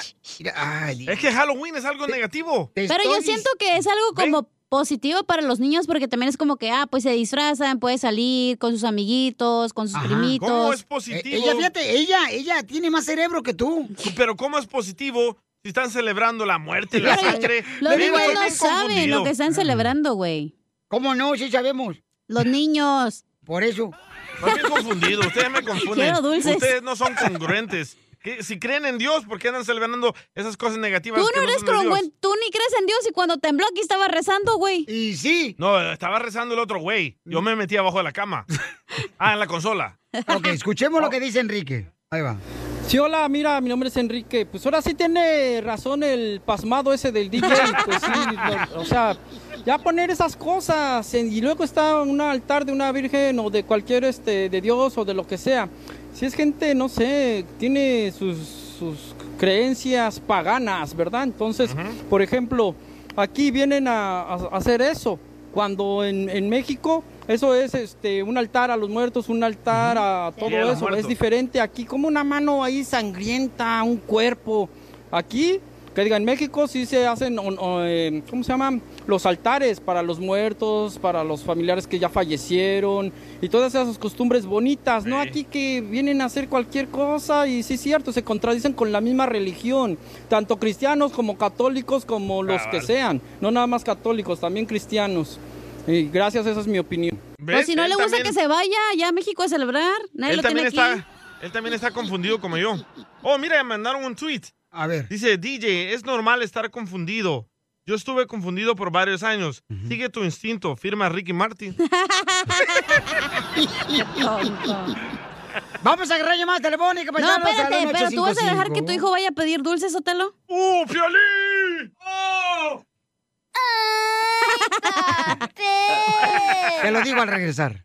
S1: es
S3: que Halloween es algo negativo.
S10: Pero yo siento que es algo como positivo para los niños porque también es como que, ah, pues se disfrazan, puede salir con sus amiguitos, con sus primitos.
S3: positivo?
S1: Eh, ella, fíjate, ella, ella tiene más cerebro que tú.
S3: Pero ¿cómo es positivo si están celebrando la muerte, la
S10: Pero
S3: sangre?
S10: Los
S3: Ven,
S10: niños
S3: estoy
S10: no
S3: bien
S10: saben
S3: confundido.
S10: lo que están celebrando, güey.
S1: ¿Cómo no? Sí sabemos.
S10: Los niños.
S1: Por eso.
S3: Estoy bien confundido, ustedes me confunden.
S10: Quiero dulces.
S3: Ustedes no son congruentes. ¿Qué- Si creen en Dios, ¿por qué andan celebrando esas cosas negativas?
S10: Tú
S3: que
S10: no eres
S3: son de Dios?
S10: congruente, tú ni crees en Dios y cuando tembló aquí estaba rezando, güey.
S1: Y sí.
S3: No, estaba rezando el otro güey. Yo me metí abajo de la cama. Ah, en la consola.
S1: Ok, escuchemos lo que dice Enrique. Ahí va.
S23: Sí, hola, mira, mi nombre es Enrique. Pues ahora sí tiene razón el pasmado ese del DJ. Pues sí, lo- o sea, ya poner esas cosas en- y luego está un altar de una virgen o de cualquier, este, de Dios o de lo que sea. Si es gente, no sé, tiene sus, sus creencias paganas, ¿verdad? Entonces, por ejemplo, aquí vienen a, a- a hacer eso. Cuando en, en México, eso es este, un altar a los muertos, un altar a todo
S3: Sí, a los
S23: eso. Es
S3: muertos.
S23: diferente aquí, como una mano ahí sangrienta, un cuerpo. Aquí, que diga, en México sí se hacen, on- o, eh, ¿cómo se llaman? Los altares para los muertos, para los familiares que ya fallecieron y todas esas costumbres bonitas, ¿no? Aquí que vienen a hacer cualquier cosa y sí es cierto, se contradicen con la misma religión, tanto cristianos como católicos, como los que
S3: Cabal.
S23: sean, no nada más católicos, también cristianos. Y gracias, esa es mi opinión.
S10: O si no le gusta que se vaya ya a México a celebrar, nadie
S3: Él
S10: lo tiene
S3: también,
S10: aquí.
S3: está, él también está confundido como yo. Oh, mira, me mandaron un tweet.
S1: A ver.
S3: Dice, DJ, es normal estar confundido. Yo estuve confundido por varios años. Sigue tu instinto, firma Ricky Martin.
S1: Vamos a agarrar llamadas telefónicas,
S10: No,
S1: paisanos.
S10: espérate,
S1: al
S10: pero tú vas a dejar que tu
S1: 1855.
S10: hijo vaya a pedir dulces, ¡Oh! Otelo.
S3: ¡Uh, Piolín!
S1: Te lo digo al regresar.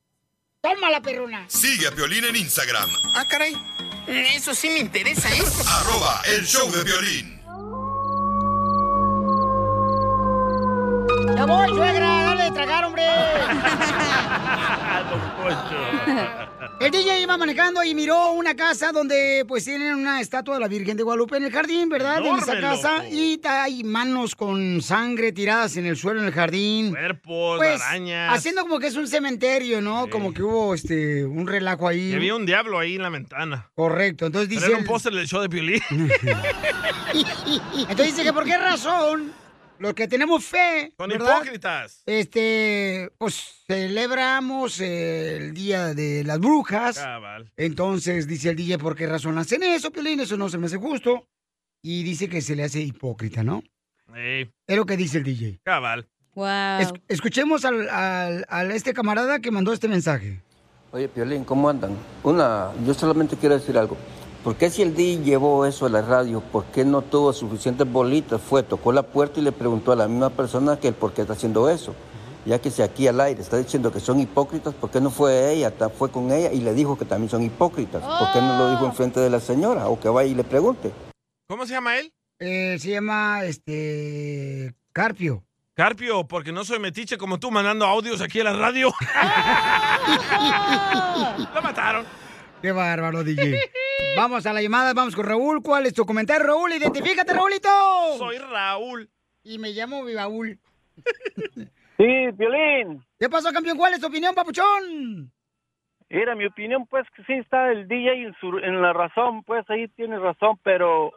S1: ¡Toma la perruna!
S8: Sigue a Piolín en Instagram,
S2: Ah, caray. Eso sí me interesa, ¿eh?
S8: arroba el show de Piolín.
S1: ¡Ya voy, suegra! ¡Dale de tragar, hombre! El DJ iba manejando y miró una casa donde pues tienen una estatua de la Virgen de Guadalupe en el jardín, ¿verdad? en esa
S3: Enorme,
S1: casa. Y hay manos con sangre tiradas en el suelo en el jardín. Pues,
S3: Cuerpos, arañas.
S1: Haciendo como que es un cementerio, ¿no? Como que hubo este un relajo ahí.
S3: Y había un diablo ahí en la ventana.
S1: Correcto, entonces
S3: Pero
S1: dice
S3: Era un
S1: él-
S3: póster del show de Piolín.
S1: Entonces dice que por qué razón los que tenemos fe.
S3: Son
S1: ¿verdad?
S3: hipócritas.
S1: Este, pues celebramos eh, el día de las brujas.
S3: Cabal.
S1: Entonces dice el DJ, ¿por qué razón hacen eso, Piolín? Eso no se me hace justo. Y dice que se le hace hipócrita, ¿no?
S3: Ey,
S1: Es lo que dice el DJ.
S3: cabal.
S10: Wow.
S1: Es- escuchemos al, al- al este camarada que mandó este mensaje.
S24: Oye, Piolín, ¿cómo andan? Una, yo solamente quiero decir algo. ¿Por qué si el DJ llevó eso a la radio, por qué no tuvo suficientes bolitas? Fue, tocó la puerta y le preguntó a la misma persona que el por qué está haciendo eso. Ya que si aquí al aire está diciendo que son hipócritas, ¿por qué no fue ella? Ta- Fue con ella y le dijo que también son hipócritas. ¿Por qué no lo dijo enfrente de la señora? O que vaya y le pregunte.
S3: ¿Cómo se llama él?
S1: Eh, se llama, este, Carpio.
S3: Carpio, porque no soy metiche como tú mandando audios aquí a la radio. Lo mataron.
S1: Qué bárbaro, DJ. vamos a la llamada, vamos con Raúl. ¿Cuál es tu comentario, Raúl? Identifícate, Raúlito.
S3: Soy Raúl.
S1: Y me llamo Vivaúl.
S25: Sí, Violín.
S1: ¿Qué pasó, campeón? ¿Cuál es tu opinión, papuchón?
S25: Era mi opinión, pues que sí está el DJ en, su- en la razón, pues ahí tiene razón, pero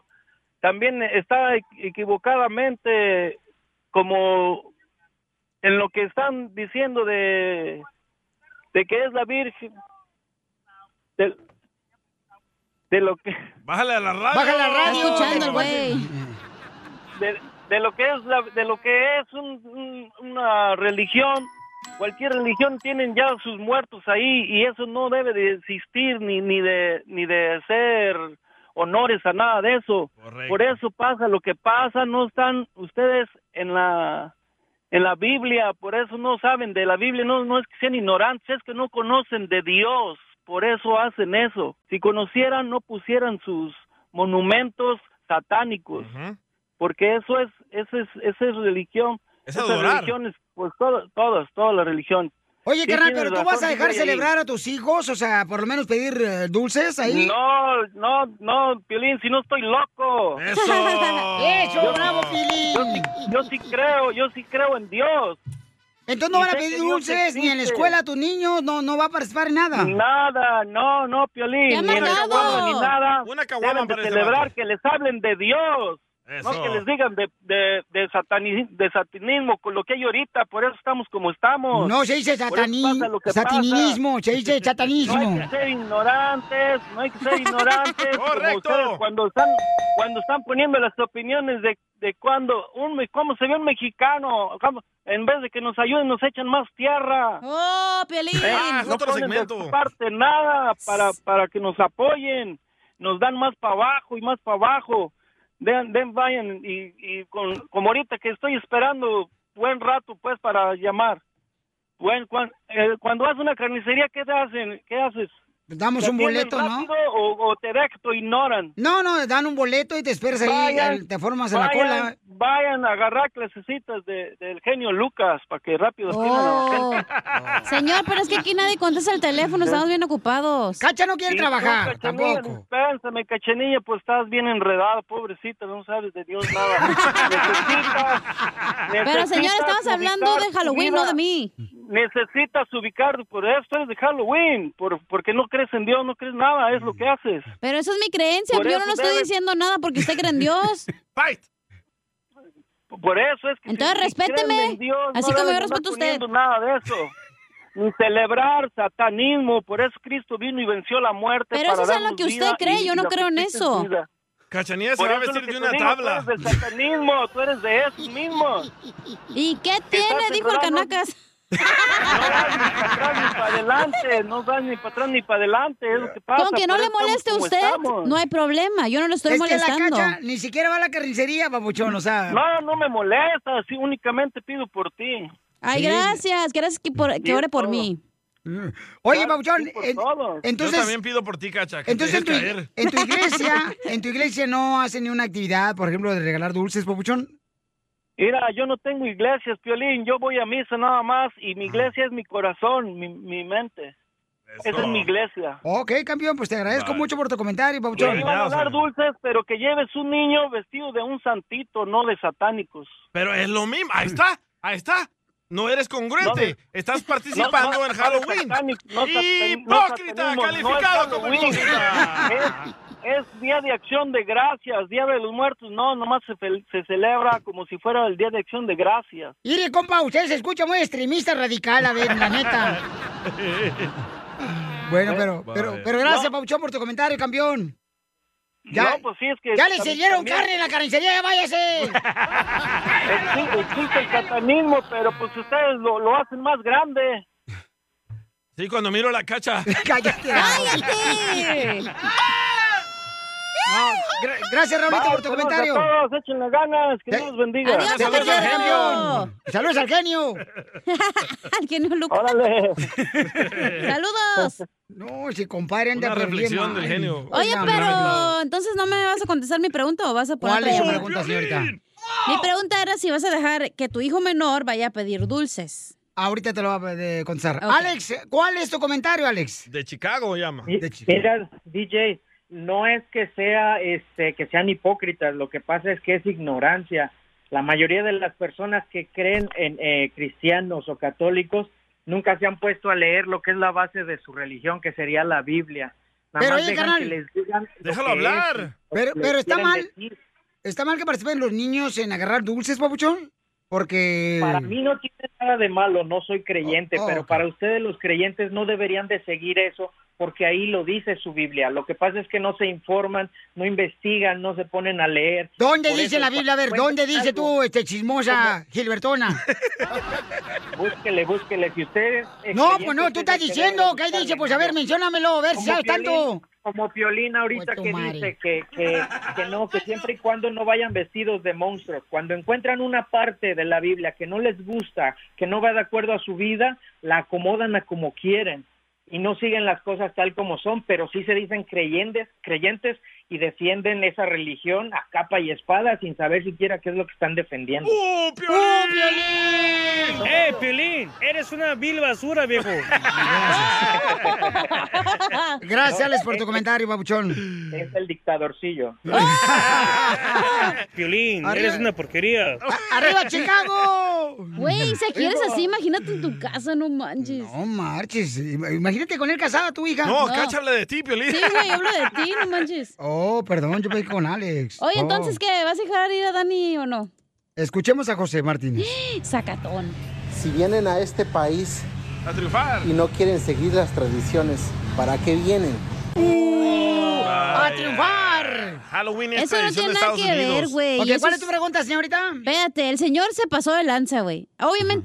S25: también está equ- equivocadamente como en lo que están diciendo de, de que es la Virgen, de, de lo que...
S3: Bájale a la radio.
S2: Bájale a la radio. Está escuchando el
S25: de, de lo que es la- de lo que es un- un- una religión cualquier religión tienen ya sus muertos ahí y eso no debe de existir ni ni de ni de hacer honores a nada de eso por eso pasa lo que pasa no están ustedes en la en la Biblia por eso no saben de la Biblia no no es que sean ignorantes es que no conocen de Dios por eso hacen eso si conocieran no pusieran sus monumentos satánicos porque eso es, esa es, esa es religión.
S3: Es
S25: Esas
S3: adorar.
S25: religiones, pues todas, todas, todas las religiones.
S1: Oye,
S25: Sí,
S1: carnal,
S25: tienes
S1: pero tú
S25: razón,
S1: vas a
S25: sí,
S1: dejar
S25: Rayalín.
S1: celebrar a tus hijos, o sea, por lo menos pedir eh, dulces ahí.
S25: No, no, no, Piolín, si no estoy loco.
S3: ¡Eso!
S1: ¡Eso, bravo, Piolín!
S25: Yo sí, yo sí creo, yo sí creo en Dios.
S1: Entonces no
S25: Y
S1: van a
S25: sé
S1: pedir
S25: que Dios
S1: dulces, ni en la
S25: existe.
S1: escuela a tus niños, no, no va a participar en nada.
S25: Nada, no, no, Piolín,
S1: ¡Te ha
S25: ni en la
S1: matado!
S25: caguama, ni nada.
S1: Una caguama
S25: Deben de
S1: para ese
S25: celebrar
S1: vato.
S25: que les hablen de Dios.
S3: Eso.
S25: No que les digan de, de, de, satani- de satanismo, con lo que hay ahorita, por eso estamos como estamos.
S1: No se dice
S25: Por eso
S1: sataní,
S25: pasa lo que pasa.
S1: sataninismo, se dice
S25: No hay
S1: satanismo.
S25: que ser ignorantes, no hay que ser ignorantes. como
S3: Correcto.
S25: ustedes cuando están cuando están poniendo las opiniones de, de cuando un me- cómo se ve un mexicano, cómo- en vez de que nos ayuden nos echan más tierra.
S10: ¡Oh, Piolín!
S25: Eh,
S2: Ah,
S25: no ponen de su parte nada para para que nos apoyen, nos dan más para abajo y más para abajo. Den, den vayan y, y con, como ahorita que estoy esperando buen rato pues para llamar. Bueno, cuan- eh, cuando vas a una carnicería, ¿qué te hacen? ¿Qué haces?
S1: Damos
S25: ¿Te
S1: un
S25: atienden
S1: boleto, ¿no?
S25: rápido O, o te dejan, te ignoran.
S1: No, no, dan un boleto y te esperas ahí,
S25: Vayan,
S1: el- te formas en la
S25: vayan,
S1: cola.
S25: Vayan a agarrar clasecitas de, del genio Lucas para que rápido
S1: Oh.
S25: atiendan a la gente.
S10: Señor, pero es que aquí nadie contesta el teléfono, estamos bien ocupados.
S1: Cacha no
S25: Y tú, Cachanilla, Dispénsame, cachanilla, pues estás bien enredado, pobrecita, no sabes de Dios nada. necesitas,
S10: Pero señor,
S25: necesitas
S10: estamos hablando
S25: ubicar
S10: de
S25: tu
S10: Halloween,
S25: vida.
S10: no de mí.
S25: Necesitas ubicar, por esto es de Halloween, por, porque no crees en Dios, no crees nada, es lo que haces.
S10: Pero eso es mi creencia,
S25: Por
S10: yo
S25: eso
S10: no le estoy
S25: debes-
S10: diciendo nada porque usted cree en Dios.
S25: Por eso es que...
S10: Entonces,
S25: si creen
S10: respéteme,
S25: en Dios,
S10: así
S25: no
S10: como yo
S25: deben estar
S10: respeto a usted.
S25: poniendo nada de eso. Ni celebrar satanismo, por eso Cristo vino y venció la muerte.
S10: Pero
S25: para
S10: eso es en lo
S25: darnos
S10: que usted
S25: vida
S10: cree,
S25: y-
S10: yo no
S25: y
S10: creo en
S25: ofrecernos
S10: eso.
S25: vida.
S3: Cachanilla se
S25: Por
S3: va a
S25: eso es lo
S3: vestir
S25: que
S3: de
S25: te
S3: una
S25: digo,
S3: tabla.
S25: Tú
S1: pues,
S25: eres del satanismo, tú eres de eso mismo.
S10: ¿Y qué
S25: estás
S10: tiene? Dijo el
S25: enredando.
S10: Canacas.
S25: Para adelante, no vas ni para atrás ni para adelante, es lo que pasa.
S10: Con que no
S25: por
S10: le
S25: eso estamos
S10: moleste a
S25: como
S10: usted,
S25: estamos.
S10: no hay problema, yo no le estoy
S25: Es que la
S10: molestando.
S25: cacha
S1: Ni siquiera va a la carnicería, papuchón, o sea.
S25: No, no me molesta, sí, únicamente pido por ti.
S10: Ay, gracias, gracias que, por- que
S25: Sí,
S10: ore por
S25: todo.
S10: mí.
S1: Mm. Oye, papuchón, en-
S3: Yo
S1: entonces,
S3: también pido por ti, Cacha. Que
S1: entonces en
S3: te
S1: tu,
S3: dejes caer.
S1: en tu iglesia, en tu iglesia no hacen ni una actividad, por ejemplo, de regalar dulces, papuchón.
S25: Mira, yo no tengo iglesias, Piolín, yo voy a misa nada más y mi iglesia es mi corazón, mi, mi mente. Esa es mi iglesia.
S1: Ok, campeón, pues te agradezco
S25: Vale.
S1: mucho por tu comentario,
S25: Te
S1: papuchón.
S25: iban a dar dulces, pero que lleves un niño vestido de un santito, no de satánicos.
S3: Pero es lo mismo. Ahí está, ahí está. No eres congruente.
S25: No,
S3: Estás participando
S25: no, no,
S3: en Halloween.
S25: no, satani- no, satani- no
S3: ¡Hipócrita!
S25: satanismo, no es
S3: ¡Calificado como
S25: Halloween.
S3: hipócrita!
S25: Es, es día de acción de gracias, día de los muertos. No, nomás se, fel- se celebra como si fuera el día de acción de gracias.
S1: Mire, compa, usted se escucha muy extremista radical, a ver, la neta. Bueno, pero, pero, pero gracias, Papuchón, por tu comentario, campeón. Ya,
S25: no, pues sí, es que...
S1: ya le
S25: tam-
S1: sirvieron
S25: también-
S1: carne en la carnicería, ya váyase.
S25: Exi- Existe el satanismo, pero pues ustedes lo, lo hacen más grande.
S3: Sí, cuando miro la cacha.
S1: ¡Cállate!
S25: ¡Cállate!
S1: gracias, Raulito, por tu
S25: Saludos
S1: comentario.
S25: A todos, échenle ganas, que Dios los bendiga.
S1: Adiós, Saludos te al quiero. genio. Saludos al genio.
S10: Al genio Lucas.
S25: Órale.
S10: Saludos.
S1: No, si compadre anda
S3: Una
S1: pero bien
S3: reflexión
S1: mal.
S3: del genio.
S10: Oye,
S1: Oigan,
S10: pero entonces no me vas a contestar mi pregunta o vas a poner
S1: ¿Cuál
S10: otra
S1: es su
S10: llamada?
S1: pregunta, señorita?
S10: Mi pregunta era si vas a dejar que tu hijo menor vaya a pedir dulces.
S1: Ahorita te lo voy a eh, contestar.
S10: Ok.
S1: Alex, ¿cuál es tu comentario, Alex?
S3: De Chicago llama.
S26: Mira, DJ, no es que sea este que sean hipócritas, lo que pasa es que es ignorancia. La mayoría de las personas que creen en eh, cristianos o católicos nunca se han puesto a leer lo que es la base de su religión, que sería la Biblia. Nada
S1: Pero,
S26: más
S1: oye,
S26: dejan
S1: carnal,
S26: que les digan lo
S1: déjalo
S26: que
S1: hablar.
S26: es, lo
S1: Pero-
S26: que
S1: pero
S26: les
S1: está
S26: quieren
S1: mal.
S26: decir.
S1: ¿Está mal que participen los niños en agarrar dulces, papuchón? Porque...
S26: Para mí no tiene nada de malo, no soy creyente,
S1: Oh, oh,
S26: pero para ustedes los creyentes no deberían de seguir eso porque ahí lo dice su Biblia. Lo que pasa es que no se informan, no investigan, no se ponen a leer.
S1: ¿Dónde
S26: Por
S1: dice
S26: eso,
S1: la Biblia? A ver,
S26: cuando
S1: ¿dónde
S26: encuentren
S1: dice tú, este chismosa Gilbertona?
S26: algo, Búsquele, búsquele. Si ustedes... eh,
S1: No,
S26: creyentes
S1: pues no, tú
S26: dicen
S1: estás
S26: que
S1: diciendo
S26: deben
S1: que ahí
S26: buscar
S1: dice,
S26: la
S1: pues a ver,
S26: Biblia.
S1: menciónamelo, a ver si
S26: Como
S1: sabes
S26: Piolín,
S1: tanto.
S26: Como Piolín ahorita que
S1: madre.
S26: dice que, que, que no, que siempre y cuando no vayan vestidos de monstruos, cuando encuentran una parte de la Biblia que no les gusta, que no va de acuerdo a su vida, la acomodan a como quieren y no siguen las cosas tal como son, pero sí se dicen creyentes, creyentes y defienden esa religión a capa y espada sin saber siquiera qué es lo que están defendiendo.
S3: ¡Uh, Piolín!
S11: ¡Eh, Piolín! Eres una vil basura, viejo.
S1: Gracias, Alex, por tu comentario, papuchón.
S26: Es el dictadorcillo.
S11: Piolín,
S26: Arriba.
S11: eres una porquería.
S2: ¡Ah!
S1: ¡Arriba, Chicago!
S10: Güey, si quieres así, imagínate en tu casa, no manches.
S1: No marches. Imagínate con él casada, tu hija.
S10: No, No. Cacha habla
S3: de ti, Piolín.
S10: Sí, güey, hablo de ti, no manches.
S1: Oh, perdón, yo pedí con Alex.
S10: Oye,
S1: Oh.
S10: entonces, ¿qué? ¿Vas a dejar ir a Dani o no?
S1: Escuchemos a José Martínez.
S10: Sacatón.
S12: Si vienen a este país y no quieren seguir las tradiciones, ¿para qué vienen?
S3: ¡A
S1: triunfar!
S3: Halloween es
S10: Eso no
S3: tradición
S10: tiene
S3: de
S10: nada
S3: Estados
S10: que
S3: Unidos.
S10: ver, güey.
S1: Ok,
S10: eso
S1: ¿cuál es tu pregunta, señorita?
S10: Espérate, el señor se pasó de lanza, güey. Obviamente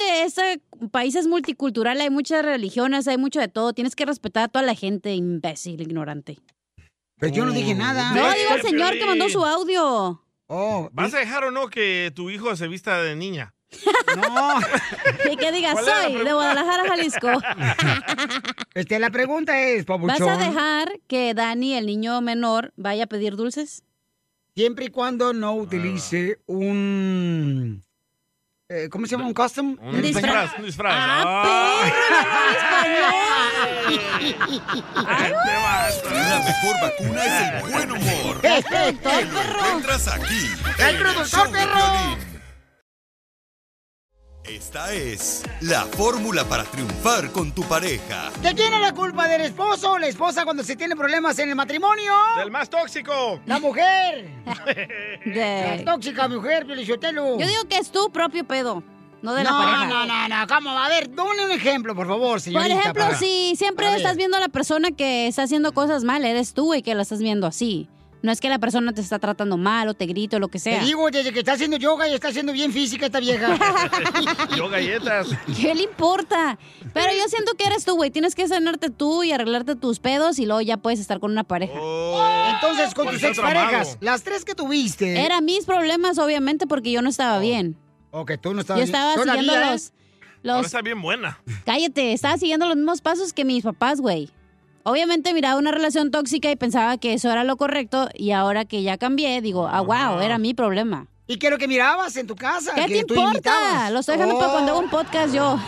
S10: que este país es multicultural, hay muchas religiones, hay mucho de todo. Tienes que respetar a toda la gente, imbécil, ignorante.
S1: Pero yo no dije nada.
S10: No, digo el señor que mandó su audio.
S1: Oh,
S3: ¿Vas a dejar o no que tu hijo se vista de niña?
S1: No.
S10: Y que diga,
S3: ¿Cuál era la
S10: soy de
S3: pregunta?
S10: Guadalajara, Jalisco.
S1: Este, la pregunta es,
S10: ¿Vas
S1: papuchón.
S10: a dejar que Dani, el niño menor, vaya a pedir dulces?
S1: Siempre y cuando
S3: Ah.
S1: no utilice un... eh, ¿Cómo se llama? ¿Un custom?
S3: Un disfraz, Ah. un disfraz.
S10: Ah,
S2: ¡Ah!
S8: La mejor vacuna es el buen humor.
S1: ¡El productor,
S8: Que lo encuentras aquí.
S1: ¡El
S8: en
S1: productor,
S8: show de
S1: perro!
S8: Piolín. Esta es la fórmula para triunfar con tu pareja.
S1: ¿De quién es la culpa? ¿Del esposo o la esposa cuando se tienen problemas en el matrimonio?
S3: ¡Del más tóxico!
S1: ¡La mujer!
S10: De-
S1: La tóxica mujer, Pelichotelo.
S10: Yo digo que es tu propio pedo, no de la
S1: no,
S10: pareja.
S1: No, no, no, ¿cómo? A ver, dame un ejemplo, por favor,
S10: Por
S1: señorita.
S10: ejemplo,
S1: para-
S10: si siempre
S1: para ver.
S10: estás viendo a la persona que está haciendo cosas mal, eres tú y que la estás viendo así. No es que la persona te está tratando mal o te grito o lo que sea.
S1: Te digo, desde que está haciendo yoga y está haciendo bien física esta vieja.
S10: Ah.
S3: Yo galletas.
S10: ¿Qué le importa? Pero yo siento que eres tú, güey. Tienes que sanarte tú y arreglarte tus pedos y luego ya puedes estar con una pareja.
S1: Entonces, con tus exparejas, las tres Oh. que tuviste. Oh.
S10: Eran mis problemas, obviamente, porque yo no estaba bien.
S1: O que tú no
S10: yo
S1: estabas
S10: estaba
S1: Todavía,
S10: siguiendo
S1: ¿eh?
S10: los, los-
S3: Ahora está bien buena.
S10: Cállate, estaba siguiendo los mismos pasos que mis papás, güey. Obviamente miraba una relación tóxica y pensaba que eso era lo correcto y ahora que ya cambié, digo, ah, wow, era mi problema.
S1: ¿Y qué es lo que mirabas en tu casa?
S10: ¿Qué te
S1: que tú
S10: importa?
S1: imitabas.
S10: Lo estoy dejando para
S1: Oh.
S10: cuando hago un podcast yo.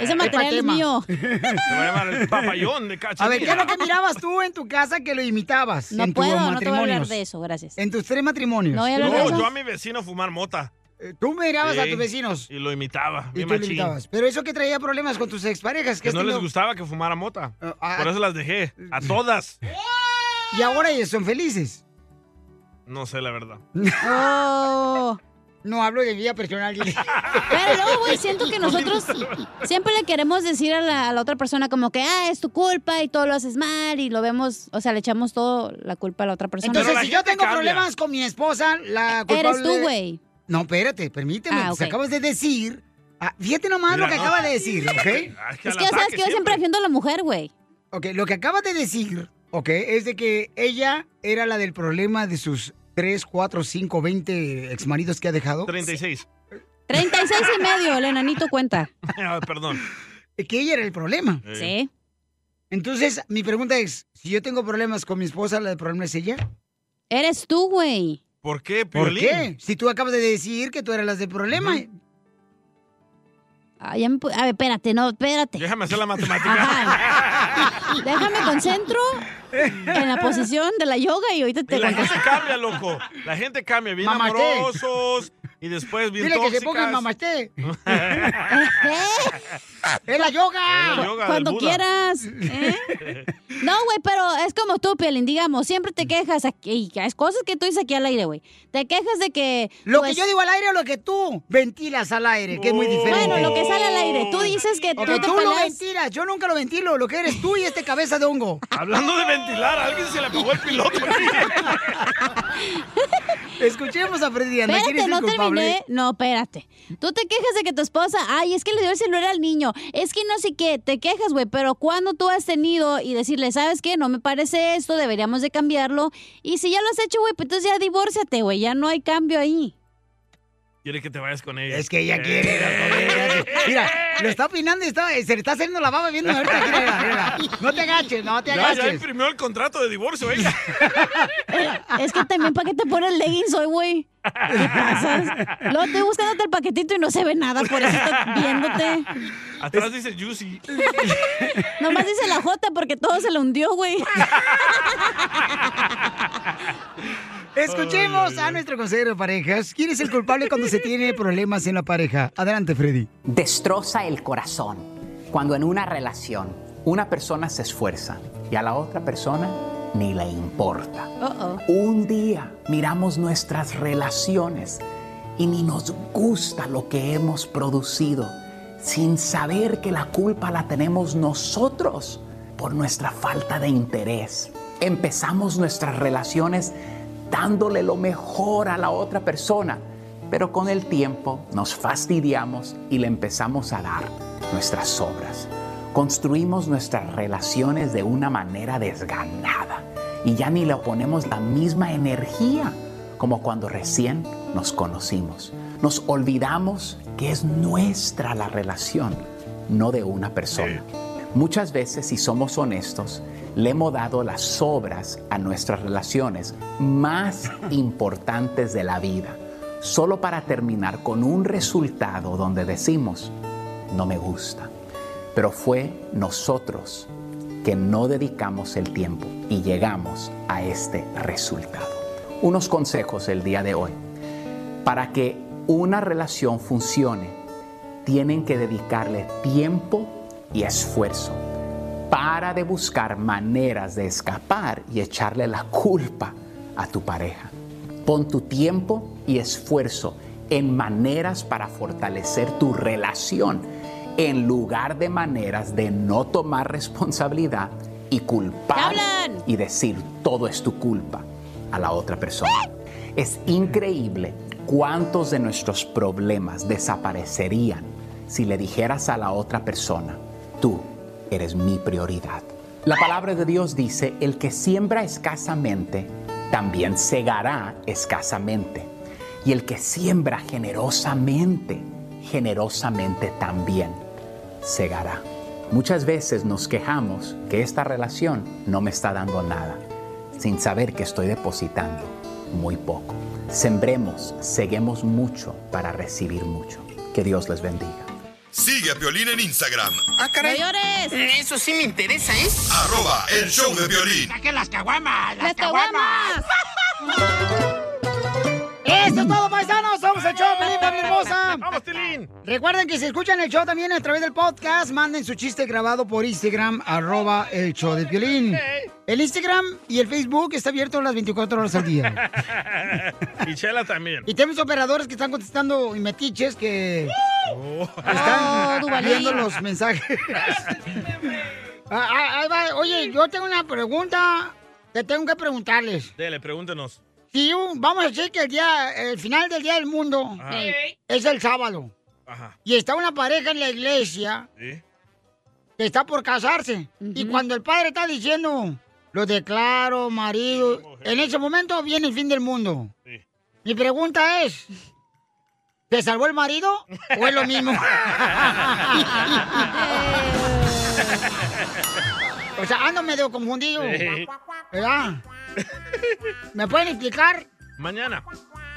S10: Ese
S1: Es
S10: material es
S1: patema.
S10: mío.
S3: Se va a llamar el papayón de
S1: A
S3: cachanilla.
S1: ver, ¿qué es lo que mirabas tú en tu casa que lo imitabas?
S10: No
S1: en tus
S10: puedo, no te voy a hablar
S1: matrimonios?
S10: de eso, gracias.
S1: En tus tres matrimonios.
S3: No, yo a mi vecino fumar mota.
S1: Eh, Tú mirabas a tus vecinos.
S3: Y lo imitaba.
S1: Y
S3: bien
S1: tú lo
S3: machín.
S1: imitabas. Pero eso que traía problemas con tus exparejas.
S3: Que
S1: has
S3: no les
S1: tenido-
S3: gustaba que fumara mota.
S1: ah.
S3: Por eso las dejé. A todas.
S1: Y ahora ellos son felices.
S3: No sé la verdad.
S1: No hablo de vida personal.
S10: Oh. Pero luego, güey, siento que nosotros siempre le queremos decir a la, a la otra persona como que, ah, es tu culpa y todo lo haces mal y lo vemos, o sea, le echamos todo la culpa a la otra persona.
S1: Entonces, si yo tengo problemas con mi esposa, la culpable...
S10: Eres tú, güey.
S1: No, espérate, permíteme.
S10: Ah,
S1: pues
S10: ok.
S1: acabas de decir... Ah, fíjate nomás
S10: Mira,
S1: lo que
S10: no.
S1: acaba de decir, ¿ok?
S10: Es que ya sabes que yo siempre defiendo a la mujer, güey.
S1: Ok, lo que acabas de decir, ok, es de que ella era la del problema de sus 3, 4, 5, 20 exmaridos que ha dejado.
S3: 36.
S10: 36 y medio, el enanito cuenta.
S3: Ah, Perdón.
S1: eh, Que ella era el problema.
S10: Sí.
S1: Entonces, mi pregunta es, si yo tengo problemas con mi esposa, ¿la del problema es ella?
S10: Eres tú, güey.
S3: ¿Por qué,
S1: ¿Por
S3: Piolín?
S1: qué? Si tú acabas de decir que tú eras la del problema.
S10: Ah, ya me pu- a ver, espérate, no, espérate.
S3: Déjame hacer la matemática.
S10: Déjame concentro en la posición de la yoga y ahorita te
S3: La gente
S10: contesto.
S3: cambia, loco. La gente cambia. Bien
S10: Mamaste.
S3: amorosos y después bien
S1: Dile que se
S3: tóxicas.
S1: ponga en mamaste. ¡Es la yoga!
S3: Es la yoga del
S10: Cuando
S3: Buda.
S10: quieras. ¿eh? No, güey, pero es como tú, Pielín, digamos, siempre te quejas aquí, es cosas que tú dices aquí al aire, güey. Te quejas de que...
S1: Lo
S10: pues,
S1: que yo digo al aire o lo que tú ventilas al aire, que es muy diferente.
S10: Bueno, lo que sale al aire. Tú dices que
S1: Ok,
S10: tú te
S1: tú lo
S10: peleas...
S1: ventilas, yo nunca lo ventilo, lo que eres tú y este cabeza de hongo.
S3: Hablando de ventilar, a alguien se le apagó el piloto.
S1: Escuchemos a Freddy Anda, ¿quién es
S10: Espérate,
S1: el
S10: no
S1: culpable?
S10: terminé. No, espérate. Tú te quejas de que tu esposa, ay, es que le dio el celular al niño. Es que no sé qué, te quejas, güey, pero cuando tú has tenido y decirle, ¿sabes qué? No me parece esto, deberíamos de cambiarlo. Y si ya lo has hecho, güey, pues entonces ya divórciate, güey, ya no hay cambio ahí.
S3: Quiere que te vayas con ella. Eh,
S1: Es que ella quiere. loco, ella- Mira, lo está opinando y está- se le está haciendo la baba viendo ahorita. mira, mira. No te agaches, no te
S3: Ya, ya
S1: agaches.
S3: imprimió el contrato de divorcio ella.
S10: Eh, Es que también, ¿para qué te pones leggings hoy, güey? ¿Qué pasas? Luego estoy buscándote el paquetito y no se ve nada, por eso estoy viéndote.
S3: Atrás dice Juicy.
S10: Nomás dice la J porque todo se le hundió, güey.
S1: Escuchemos a nuestro consejero de parejas. ¿Quién es el culpable cuando se tiene problemas en la pareja? Adelante, Freddy.
S27: destroza el corazón cuando en una relación una persona se esfuerza y a la otra persona ni le importa. Un día miramos nuestras relaciones y ni nos gusta lo que hemos producido sin saber que la culpa la tenemos nosotros por nuestra falta de interés. Empezamos nuestras relaciones dándole lo mejor a la otra persona, pero con el tiempo nos fastidiamos y le empezamos a dar nuestras obras. Construimos nuestras relaciones de una manera desganada y ya ni le ponemos la misma energía como cuando recién nos conocimos. Nos olvidamos que es nuestra la relación, no de una persona. Muchas veces, si somos honestos, le hemos dado las obras a nuestras relaciones más importantes de la vida, solo para terminar con un resultado donde decimos, no me gusta. Pero fue nosotros que no dedicamos el tiempo y llegamos a este resultado. Unos consejos el día de hoy. Para que una relación funcione, tienen que dedicarle tiempo y esfuerzo. Para de buscar maneras de escapar y echarle la culpa a tu pareja. Pon tu tiempo y esfuerzo en maneras para fortalecer tu relación, en lugar de maneras de no tomar responsabilidad y culpar
S10: ¡Hablan!
S27: y decir todo es tu culpa a la otra persona. Es increíble cuántos de nuestros problemas desaparecerían si le dijeras a la otra persona, tú eres mi prioridad. La palabra de Dios dice, el que siembra escasamente, también segará escasamente. Y el que siembra generosamente, generosamente también segará. Muchas veces nos quejamos que esta relación no me está dando nada, sin saber que estoy depositando muy poco. Sembremos, seguemos mucho para recibir mucho. Que Dios les bendiga.
S8: Sigue a Piolín en Instagram.
S2: ¡Ah, caray! Eso sí me interesa, ¿eh?
S8: Ah. Arroba el show de Piolín.
S2: ¡Saquen las caguamas! ¡Las
S1: ¡Las
S2: caguamas!
S1: ¡Eso es todo, paisanos! ¡Somos el show, Pelín, familia hermosa!
S3: ¡Vamos, Tilín!
S1: Recuerden que si escuchan el show también a través del podcast, manden su chiste grabado por Instagram, arroba el show de Piolín. El Instagram y el Facebook está abierto las 24 horas al día.
S3: y Chela también.
S1: Y tenemos operadores que están contestando y metiches que
S3: Oh,
S1: están
S3: Duvalín.
S1: viendo los mensajes. Ah, ah, ahí va. Oye, yo tengo una pregunta que tengo que preguntarles.
S3: Dele, pregúntenos.
S1: Si un- vamos a decir que el día, el final del día del mundo
S3: Ajá. Sí.
S1: es el sábado
S3: Ajá.
S1: y está una pareja en la iglesia
S3: ¿Sí?
S1: que está por casarse y cuando el padre está diciendo lo declaro marido, en ese momento viene el fin del mundo.
S3: Sí.
S1: Mi pregunta es, ¿te salvó el marido o es lo mismo? o sea, ando medio confundido.
S3: Sí.
S1: ¿Verdad? ¿Me pueden explicar?
S3: Mañana.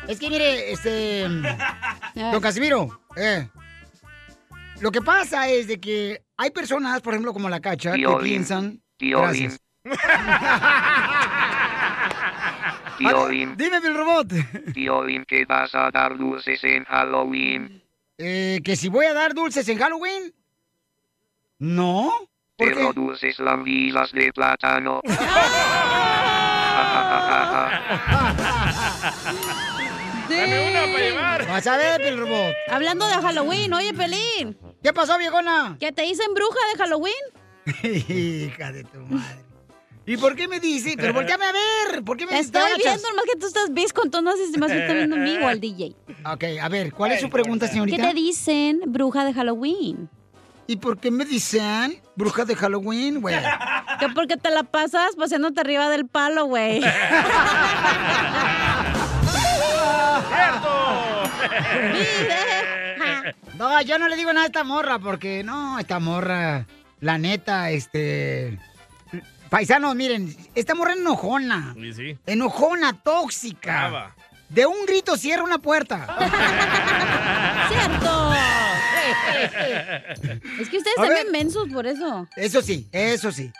S1: Es que mire, este. Don Casimiro, eh, Lo que pasa es de que hay personas, por ejemplo, como la cacha, que
S2: Piolín,
S1: piensan.
S2: piolín,
S1: Gracias. Dime, mi robot.
S2: Piolín, que vas a dar dulces en Halloween.
S1: Eh, que si voy a dar dulces en Halloween. No. ¿Por
S2: Pero
S1: qué?
S2: dulces lambidas de plátano.
S10: Dame una para llevar.
S1: Vas a ver, el robot.
S10: Hablando de Halloween, oye, Pelín.
S1: ¿Qué pasó, viejona?
S10: ¿Que te dicen bruja de Halloween?
S1: Hija de tu madre. ¿Y por qué me dice? Pero volteame a ver. ¿Por qué me
S10: Te
S1: dices, te
S10: estoy
S1: agachas?
S10: viendo, nomás que tú estás visco, entonces no sé si más me estás viendo a mí o al DJ.
S1: Ok, a ver, ¿cuál es su pregunta,
S10: ¿Qué
S1: señorita?
S10: te dicen bruja de Halloween?
S1: ¿Y por qué me dicen bruja de Halloween, güey?
S10: Que porque te la pasas paseándote arriba del palo, güey.
S1: No, yo no le digo nada a esta morra porque no, esta morra, la neta, este... Paisanos, miren, esta morra es enojona.
S3: Y sí.
S1: Enojona, tóxica.
S3: Brava.
S1: De un grito cierra una puerta.
S10: ¡Cierto! Es que ustedes
S1: A
S10: se
S1: ver.
S10: ven mensos por eso.
S1: Eso sí, eso sí.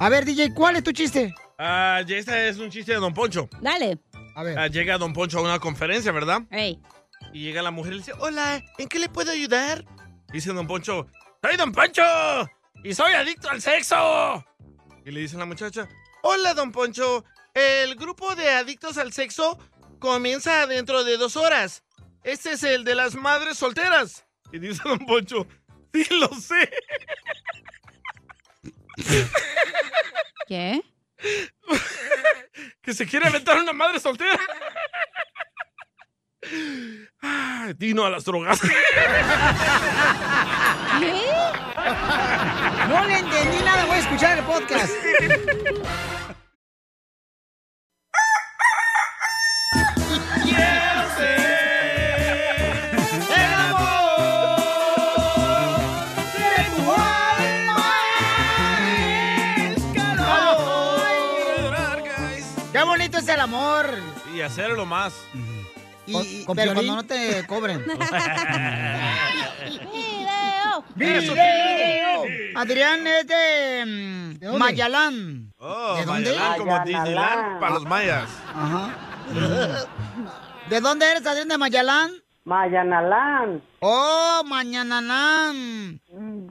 S1: A ver, DJ, ¿cuál es tu chiste?
S3: Ah, ya este es un chiste de Don Poncho. Ah,
S10: Dale.
S1: A ver.
S3: llega Don Poncho a una conferencia, ¿verdad?
S10: Ey.
S3: Y llega la mujer y le dice, hola, ¿en qué le puedo ayudar? Dice Don Poncho, soy Don Poncho y soy adicto al sexo. Y le dice la muchacha, hola Don Poncho, el grupo de adictos al sexo comienza dentro de dos horas. Este es el de las madres solteras. Y dice Don Poncho, sí lo sé.
S10: ¿Qué?
S3: que se quiere aventar una madre soltera. Ay, Dino a las drogas.
S1: No le entendí nada, voy a escuchar el podcast.
S2: Quiero ser el amor de tu alma.
S1: Qué bonito es el amor.
S3: Y hacerlo más.
S1: Y, pero cuando no te cobren.
S10: ¡Video!
S1: Eso, video. Adrián es de mm, Mayalán.
S3: Oh,
S1: ¿De dónde?
S3: Mayaland, como Disneyland para los mayas.
S1: Ajá. ¿De dónde eres, Adrián? ¿De Mayalán? Mayanalán. Oh, Mañanalán.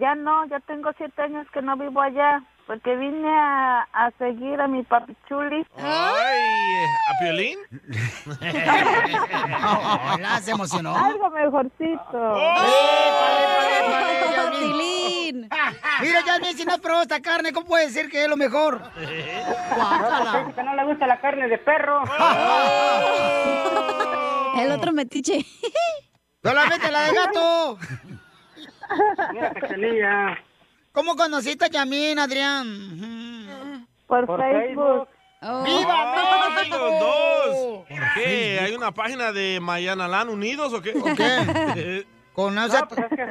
S13: Ya no, ya tengo siete años que no vivo allá, porque vine a, a seguir a mi papichuli.
S3: Ay, ¿a Piolín?
S1: Hola, se emocionó.
S13: Algo mejorcito.
S1: ¡Épale, épale, épale,
S10: Piolín!
S1: Mira, ya me si no has probado esta carne, ¿cómo puede ser que es lo mejor?
S9: Dice que no le gusta la carne de perro.
S10: El otro metiche.
S1: Solamente la de gato.
S9: Mira, cachanilla.
S1: ¿Cómo conociste a Yamín, Adrián?
S13: Por,
S9: Facebook.
S3: ¡Ay,
S1: ¡Viva México!
S3: los
S9: Oh.
S3: dos! ¿Por qué? ¿Hay una página de Mayanalán Unidos o qué? ¿O qué?
S9: No, pues es que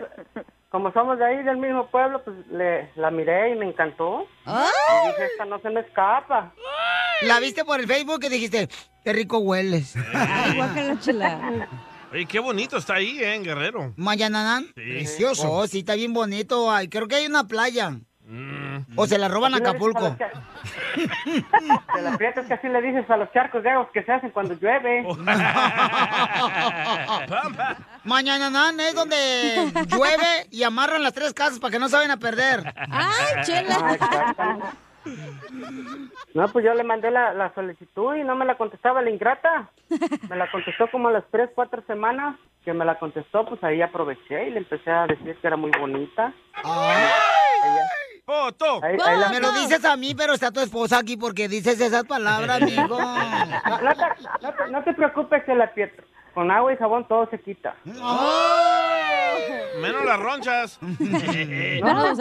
S9: como somos de ahí, del mismo pueblo, pues le, la miré y me encantó. Y dije, esta no se me escapa.
S1: La viste por el Facebook que dijiste, qué rico hueles.
S3: Oye, qué bonito está ahí, ¿eh? En Guerrero.
S1: Mayananán. Precioso. Oh, sí, está bien bonito. Ay, creo que hay una playa. O se la roban a
S9: Así le dices
S1: Acapulco.
S9: De las prietas que así le dices a los charcos de agua que se hacen cuando llueve.
S1: Ah. Mañananán es donde llueve y amarran las tres casas para que no se vayan a perder.
S9: Ay, chela. Ay, exactamente. No, pues yo le mandé la, la solicitud y no me la contestaba la ingrata. Me la contestó como a las tres, cuatro semanas que me la contestó, pues ahí aproveché y le empecé a decir que era muy bonita.
S3: ¡Foto!
S9: Ahí- ahí la-
S1: Me lo dices a mí, pero está tu esposa aquí porque dices esas palabras, amigo.
S9: No, no te, no te- no te preocupes, que la piedra. Con agua y jabón todo se quita.
S10: Ah,
S3: ¡Oh! Menos las ronchas. Ah,
S9: No, los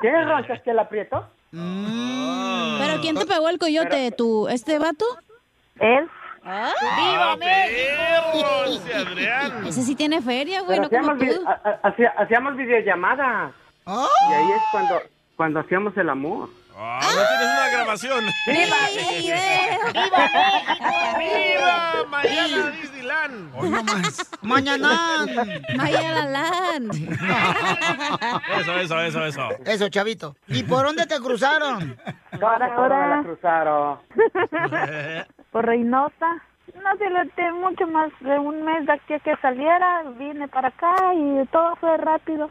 S9: ¿Tienes ronchas que la aprieto?
S3: Mm.
S10: ¿Pero quién te pegó el coyote? ¿Tú, este vato? Ah,
S13: Él.
S9: ¡Viva
S3: México! Ah, Sí, Adrián.
S10: Ese sí tiene feria, güey,
S9: Pero
S10: no como
S9: hacíamos,
S10: tú.
S9: vi- ha- ha- hacía- hacíamos videollamadas. Y ahí es cuando, cuando hacíamos el amor.
S3: Ah, no tienes una grabación.
S9: ¡Viva
S3: ¡Viva Mañana Disneyland!
S1: Hoy no más. Mañanán.
S3: Eso, eso, eso, eso.
S1: Eso, chavito. ¿Y por dónde te cruzaron?
S9: Ahora,
S13: ahora.
S9: la cruzaron.
S13: por Reynosa. No dilaté mucho más de un mes de aquí a que saliera, vine para acá y todo fue rápido.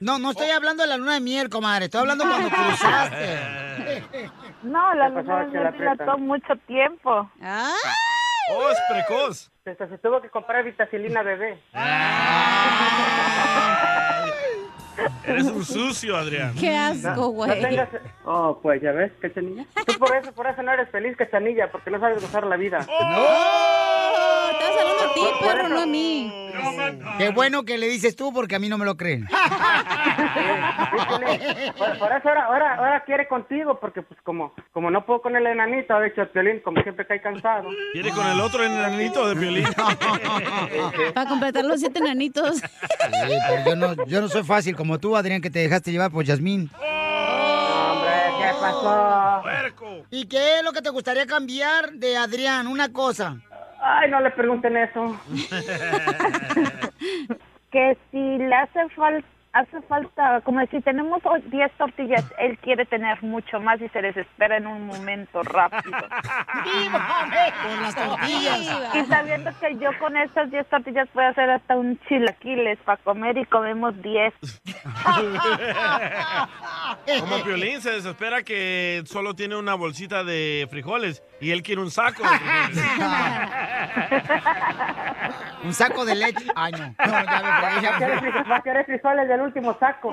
S1: No, no estoy hablando de la luna de miel, comadre. Estoy hablando cuando cruzaste.
S13: No, la
S9: ¿Qué pasó?
S13: luna
S9: ¿Que la
S13: me dilató
S9: aprietan?
S13: mucho tiempo.
S1: Ah.
S3: ¡Oh, es precoz!
S9: Hasta se tuvo que comprar vitacilina bebé.
S3: Eres un sucio, Adrián.
S9: No- No tengas... Oh, pues ya ves, cachanilla. Tú por eso, por eso no eres feliz, cachanilla, porque no sabes gozar la vida.
S3: Oh.
S10: ¡No! Estás hablando a ti, perro, no a mí.
S1: Qué bueno que le dices tú porque a mí no me lo creen.
S9: Por, por eso ahora, ahora, ahora quiere contigo, porque pues como, como no puedo con el enanito, ha dicho el violín, como siempre cae cansado.
S3: Viene con el otro enanito de violín.
S10: Para completar los siete nanitos.
S1: Sí, pero yo no, yo no soy fácil como tú, Adrián, que te dejaste llevar por Yasmín.
S3: Oh.
S9: ¿Qué pasó?
S1: ¿Y qué es lo que te gustaría cambiar de Adrián? Una cosa.
S9: Ay, no le pregunten eso.
S13: Que si le hace falta, hace falta, como si tenemos hoy 10 tortillas, él quiere tener mucho más y se desespera en un momento rápido.
S14: Este
S1: Con las tortillas.
S13: Y sabiendo que yo con estas 10 tortillas puedo hacer hasta un chilaquiles para comer y comemos 10.
S3: Como Piolín se desespera que solo tiene una bolsita de frijoles y él quiere un saco de
S1: Un saco de leche. Ay, no. No, ya me fregué,
S9: Va
S1: ya me
S9: a querer
S1: fregué.
S9: fri- va a querer frijoles del último saco.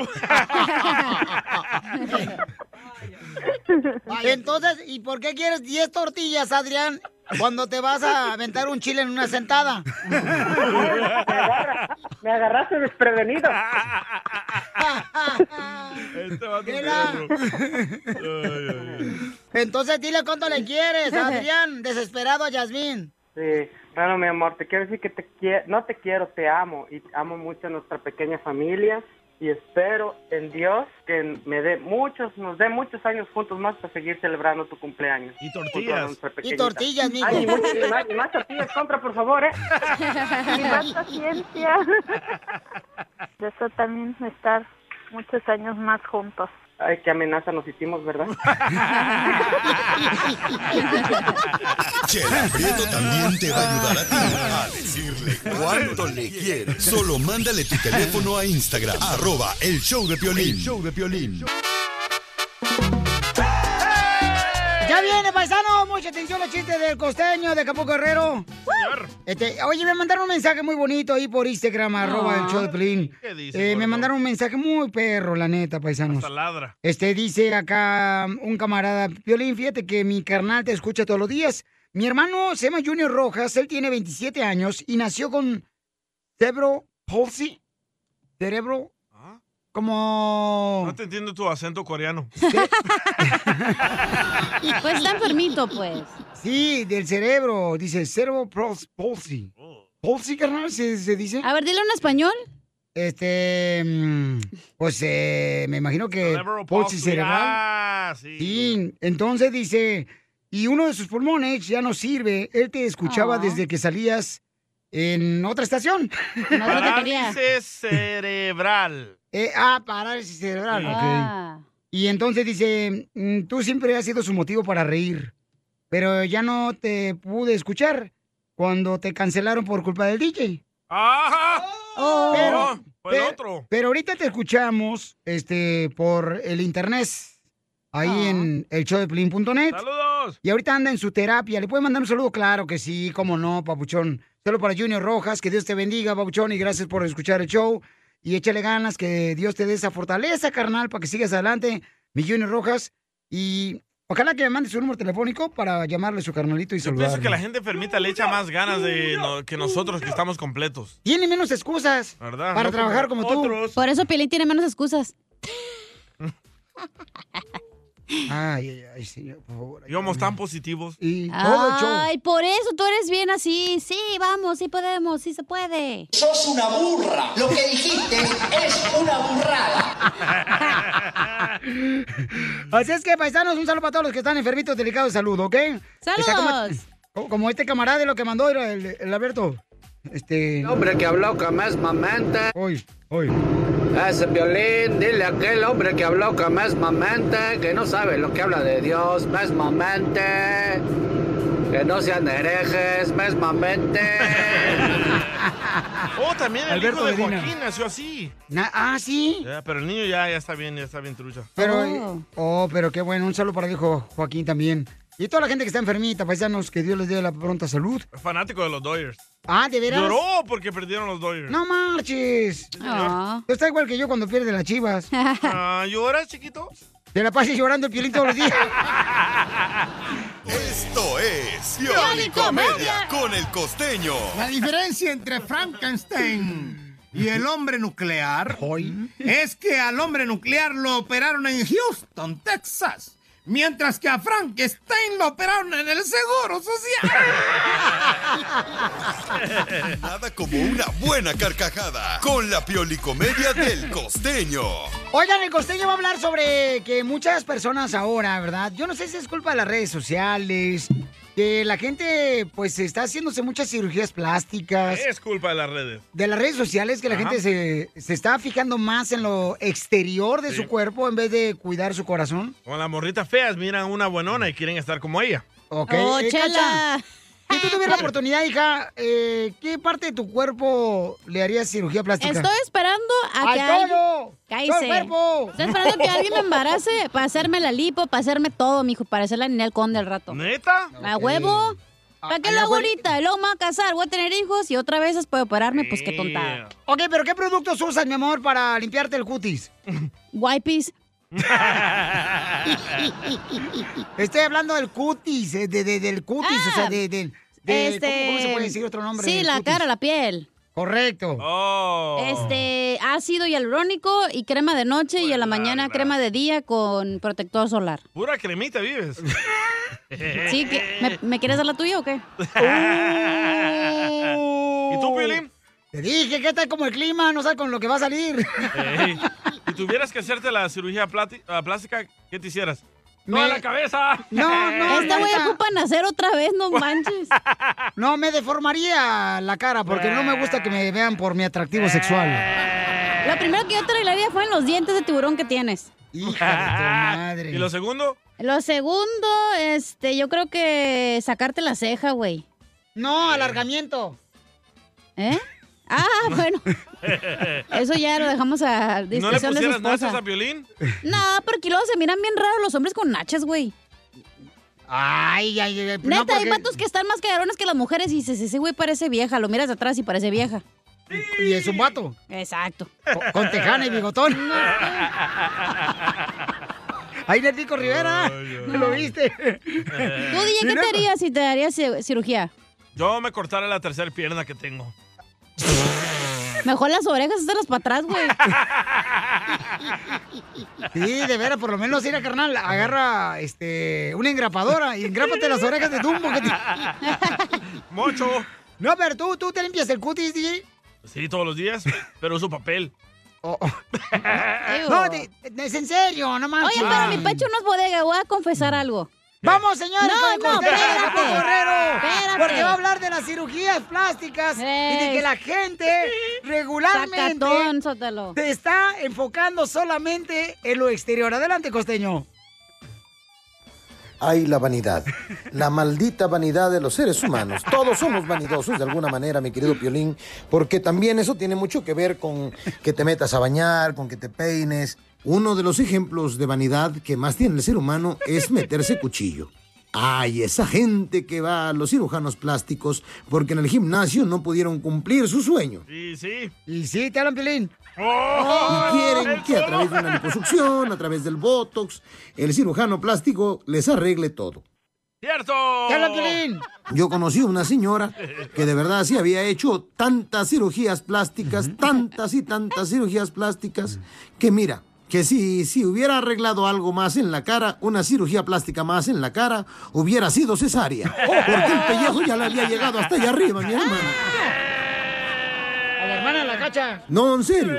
S1: Entonces, ¿y por qué quieres 10 tortillas, Adrián, cuando te vas a aventar un chile en una sentada?
S9: Me agarraste desprevenido.
S14: Este
S1: Mira. Entonces, dile cuánto le quieres, Adrián, desesperado a Yasmín.
S9: Sí, bueno, mi amor, te quiero decir que te quie- no te quiero, te amo y amo mucho a nuestra pequeña familia y espero en Dios que me dé muchos, nos dé muchos años juntos más para seguir celebrando tu cumpleaños. Y
S3: tortillas.
S9: Y
S1: tortillas, mijo.
S9: Ay, y, mucho- y más, y más tortillas, compra, por favor, ¿eh?
S13: Y más paciencia. De eso también estar muchos años más juntos.
S9: Ay, qué amenaza nos hicimos, ¿verdad?
S8: Chela Prieto también te va a ayudar a ti a decirle cuánto le quieres. Solo mándale tu teléfono a Instagram, arroba el show de Piolín. show de Piolín.
S1: Ya viene, paisano. Muchas mucha atención los chistes del costeño de Acapulco Guerrero. Este, oye, me mandaron un mensaje muy bonito ahí por Instagram, arroba el show de Pelín.
S3: Ah, ¿Qué dice,
S1: Eh, me mandaron un mensaje muy perro, la neta, paisanos.
S3: Hasta ladra.
S1: Este dice acá un camarada, Violín, fíjate que mi carnal te escucha todos los días. Mi hermano se llama Junior Rojas, él tiene 27 años y nació con cerebro palsy, cerebro
S3: ¿Ah?
S1: como
S3: No te entiendo tu acento coreano.
S10: Pues está enfermito, pues.
S1: sí, del cerebro, dice cerebro pals- palsy. Palsy, carnal, se, se dice.
S10: A ver, dilo en español.
S1: Este, mm, pues eh, me imagino que
S3: Cerebral
S1: palsy
S3: palsy,
S1: cerebral.
S3: Ah, sí.
S1: Sí, entonces dice, y uno de sus pulmones ya no sirve, él te escuchaba
S3: Ah.
S1: desde que salías en otra estación.
S3: Parálisis cerebral.
S1: Eh, ah, parálisis cerebral.
S3: Sí. Ah.
S1: Y entonces dice, mm, tú siempre has sido su motivo para reír, pero ya no te pude escuchar cuando te cancelaron por culpa del DJ.
S3: ¡Ajá!
S1: Pero,
S3: Fue el
S1: pe-
S3: otro.
S1: pero ahorita te escuchamos este, por el internet, ahí en el show de
S3: Ah. ¡Saludos!
S1: Y ahorita anda en su terapia. ¿Le puede mandar un saludo? Claro que sí, cómo no, Papuchón. Solo para Junior Rojas, que Dios te bendiga, Papuchón, y gracias por escuchar el show. Y échale ganas, que Dios te dé esa fortaleza, carnal, para que sigas adelante, mi Junior Rojas. Y ojalá que me mande su número telefónico para llamarle a su carnalito y
S3: Yo pienso que
S1: saludarlo.
S3: la gente enfermita le echa más ganas de no- que nosotros que estamos completos.
S1: Tiene menos excusas
S3: ¿Verdad?
S1: para
S3: Ah, No
S1: trabajar como tú.
S10: Por eso Piolín tiene menos excusas.
S1: Ay, ay, ay, señor, por favor.
S3: Íbamos tan positivos.
S1: Y
S10: Ay, por eso tú eres bien así. Sí, vamos, sí podemos, sí se puede.
S2: Sos una burra. Lo que dijiste es una burrada.
S1: Así es que, paisanos, un saludo para todos los que están enfermitos, delicados, salud, ¿ok? Está
S2: ¡Saludos!
S1: Como, como este camarada de lo que mandó el, el- el Alberto. Este.
S5: hombre que habló jamás mamanta.
S1: Hoy, hoy.
S5: Ese violín, dile a aquel hombre que habló jamás mamanta, que no sabe lo que habla de Dios, más mamante. Que no sean herejes, más mamante.
S3: Oh, también el
S5: Alberto
S3: hijo de
S5: Medina.
S3: Joaquín nació así.
S1: ah, sí.
S3: Ya, pero el niño ya, ya está bien, ya está bien trucha.
S1: Pero, oh. pero qué bueno. Un saludo para el hijo Joaquín también. Y toda la gente que está enfermita, paisanos, que Dios les dé la pronta salud.
S3: Fanático de los Dodgers.
S1: Ah, ¿de veras?
S3: Lloró porque perdieron los Dodgers.
S1: No marches.
S3: Ah.
S1: Tú Está igual que yo cuando pierde las chivas.
S3: Ah, ¿Lloras, chiquito?
S1: Te la pasas llorando el piolín todos los días.
S8: Esto es Pioli Comedia con el costeño.
S14: La diferencia entre Frankenstein y el hombre nuclear es que al hombre nuclear lo operaron en Houston, Texas, mientras que a Frankenstein lo operaron en el Seguro Social.
S8: Nada como una buena carcajada con la Pioli Comedia del costeño.
S1: Oigan, el costeño va a hablar sobre que muchas personas ahora, ¿verdad? Yo no sé si es culpa de las redes sociales, que la gente pues está haciéndose muchas cirugías plásticas.
S3: Es culpa de las redes.
S1: de las redes sociales que la
S3: Ajá.
S1: gente se, se está fijando más en lo exterior de
S3: Sí.
S1: su cuerpo en vez de cuidar su corazón.
S3: Con las morritas feas miran una buenona y quieren estar como ella.
S1: Ok.
S10: Oh,
S1: Eh, Cacha, Si tú tuvieras la oportunidad, hija, eh, ¿qué parte de tu cuerpo le harías cirugía plástica?
S10: Estoy esperando a
S1: ¡Al
S10: que alguien-
S1: todo! ¡Todo
S10: Cállese.
S1: el cuerpo!
S10: Estoy esperando que alguien me embarace para hacerme la lipo, para hacerme todo, mijo, para hacer la Ninel Conde al rato.
S3: ¿Neta?
S10: ¿La huevo?
S1: Ah,
S10: ¿Para qué lo hago ahorita? Luego me voy a casar, voy a tener hijos y otra vez después de operarme, pues qué tontada.
S1: Ok, pero ¿qué productos usas, mi amor, para limpiarte el cutis?
S10: Wipes.
S1: Estoy hablando del cutis, eh, de, de- del cutis, o sea, de, de- de-
S10: Ah, Este,
S1: ¿cómo, cómo se puede decir otro nombre?
S10: Sí,
S1: del
S10: la
S1: cutis?
S10: cara, la piel.
S1: Correcto.
S3: Oh.
S10: Este, ácido hialurónico y crema de noche y a la mañana crema de día con protector solar.
S3: Pura cremita vives. Eh.
S10: Sí, que, ¿me, me quieres dar la tuya o qué?
S3: ¿Y tú, Piolín?
S1: Te dije que está como el clima, no sabes con lo que va a salir.
S3: Ey, Si tuvieras que hacerte la cirugía plati- ah, plástica, ¿qué te hicieras?
S1: Me-
S3: ¡Toda la cabeza!
S10: Esta güey ocupa nacer otra vez, no manches.
S1: No, me deformaría la cara porque no me gusta que me vean por mi atractivo
S3: Eh,
S1: sexual.
S10: Lo primero que yo te arreglaría fue en los dientes de tiburón que tienes.
S1: madre.
S3: ¿Y lo segundo?
S10: Lo segundo, este, yo creo que sacarte la ceja, güey.
S1: No, alargamiento.
S10: ¿Eh? Ah, bueno, eso ya lo dejamos a
S3: ¿No le
S10: discreción de su
S3: pusieras nachas
S10: esposa.
S3: a Piolín?
S10: No, porque luego se miran bien raros los hombres con nachas, güey.
S1: Ay, ay, ay. pues no,
S10: Neta, hay
S1: porque-
S10: patos que están más cagarones que las mujeres y dices, ese güey parece vieja, lo miras de atrás y parece vieja.
S1: Y es un vato.
S10: Exacto.
S1: Con tejana y bigotón. Ay, Nerdico Rivera. ¿Lo viste?
S10: Tú, DJ, ¿qué te harías si te harías ci- cirugía?
S3: Yo me cortaré la tercera pierna que tengo.
S10: Mejor las orejas, hazlas para atrás, güey.
S1: Sí, de veras, por lo menos ir a carnal, agarra este una engrapadora y engrápate las orejas de Dumbo. Que
S3: Mocho.
S1: No, pero tú, tú te limpias el cutis, DJ.
S3: Sí, todos los días, pero uso papel.
S1: Oh, No, te- es en serio, no manches.
S10: Oye, pero mi pecho no es bodega, voy a confesar algo.
S1: Vamos, señores,
S10: No,
S1: con el
S10: no,
S1: costeño de
S10: espérate.
S1: Acapulco Guerrero,
S10: Espérate.
S1: Porque va a hablar de las cirugías plásticas y de que la gente regularmente
S10: Sacatón, Sótalo.
S1: se está enfocando solamente en lo exterior. Adelante, costeño.
S14: Ay, la vanidad. La maldita vanidad de los seres humanos. Todos somos vanidosos de alguna manera, mi querido Piolín, porque también eso tiene mucho que ver con que te metas a bañar, con que te peines. Uno de los ejemplos de vanidad que más tiene el ser humano es meterse cuchillo. Ay, esa gente que va a los cirujanos plásticos porque en el gimnasio no pudieron cumplir su sueño.
S3: Y sí. ¡Oh!
S1: Y sí, te hablan, Piolín.
S14: Y quieren que a través de una liposucción, a través del Botox, el cirujano plástico les arregle todo.
S3: ¡Cierto!
S14: Yo conocí una señora que de verdad sí había hecho tantas cirugías plásticas, tantas y tantas cirugías plásticas, que mira, que si, si hubiera arreglado algo más en la cara, una cirugía plástica más en la cara, hubiera sido cesárea. Porque el pellejo ya le había llegado hasta allá arriba, mi hermano.
S1: A la hermana de la cacha.
S14: No, en serio.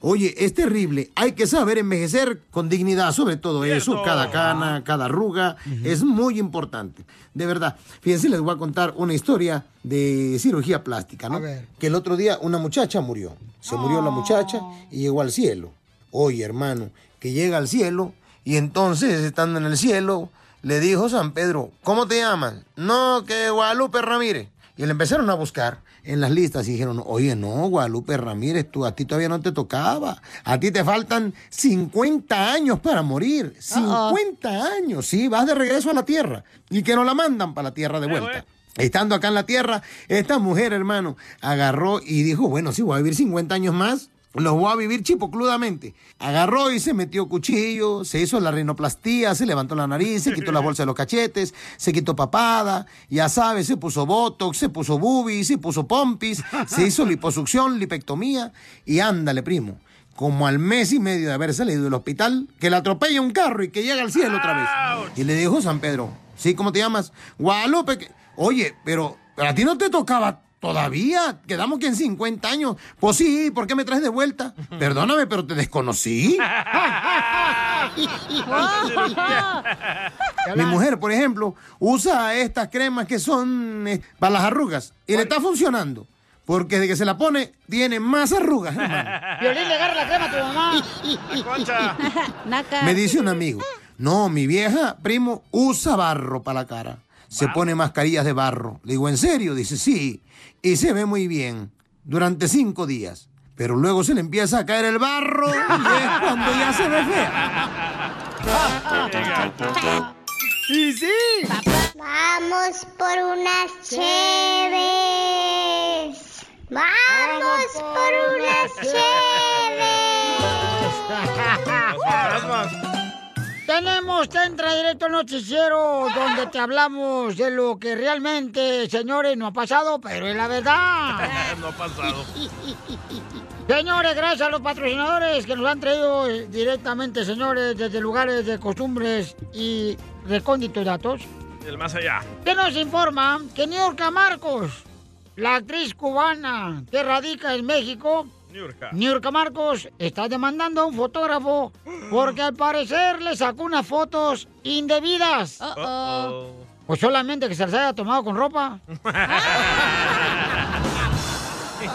S14: Oye, es terrible. Hay que saber envejecer con dignidad, sobre todo eso. Cada cana, cada arruga, es muy importante. De verdad. Fíjense, les voy a contar una historia de cirugía plástica, ¿no?
S1: A ver. Ah,
S14: Que el otro día una muchacha murió. Se murió la muchacha y llegó al cielo. Oye, hermano, que llega al cielo y entonces, estando en el cielo, le dijo San Pedro, ¿cómo te llaman? No, que Guadalupe Ramírez. Y le empezaron a buscar en las listas y dijeron, oye, no, Guadalupe Ramírez, tú, a ti todavía no te tocaba. A ti te faltan 50 años para morir. 50 años, sí, vas de regreso a la tierra. Y que no la mandan para la tierra de vuelta. Estando acá en la tierra, esta mujer, hermano, agarró y dijo, bueno, si voy a vivir 50 años más, los voy a vivir chipocludamente. Agarró y se metió cuchillo, se hizo la rinoplastía, se levantó la nariz, se quitó la bolsa de los cachetes, se quitó papada, ya sabes, se puso botox, se puso boobies, se puso pompis, se hizo liposucción, lipectomía y ándale, primo. Como al mes y medio de haber salido del hospital, que la atropella un carro y que llega al cielo otra vez. Y le dijo San Pedro, ¿sí? ¿Cómo te llamas? Guadalupe. que- Oye, pero a ti no te tocaba todavía. Quedamos que en 50 años. Pues sí, ¿por qué me traes de vuelta? Perdóname, pero te desconocí. Mi mujer, por ejemplo, usa estas cremas que son eh, para las arrugas y le está funcionando. Porque desde que se la pone, tiene más arrugas. hermano.
S1: Violín le agarra la crema a tu mamá.
S3: concha.
S10: Naca.
S14: Me dice un amigo, no, mi vieja, primo, usa barro para la cara. Se pone mascarillas de barro. Le digo, ¿en serio? Dice, sí. Y se ve muy bien durante cinco días. Pero luego se le empieza a caer el barro y es cuando ya se ve fea.
S1: ¡Y sí!
S2: ¡Vamos por unas cheves! ¡Vamos por unas
S1: cheves! Tenemos que entrar directo al noticiero donde te hablamos de lo que realmente, señores, no ha pasado, pero es la verdad.
S3: no ha pasado.
S1: Señores, gracias a los patrocinadores que nos han traído eh, directamente, señores, desde lugares de costumbres y recónditos datos.
S3: El más allá.
S1: que nos informa que Niurka Marcos, la actriz cubana que radica en México,
S3: Niurka.
S1: Niurka Marcos está demandando a un fotógrafo porque al parecer le sacó unas fotos indebidas. O solamente que se las haya tomado con ropa.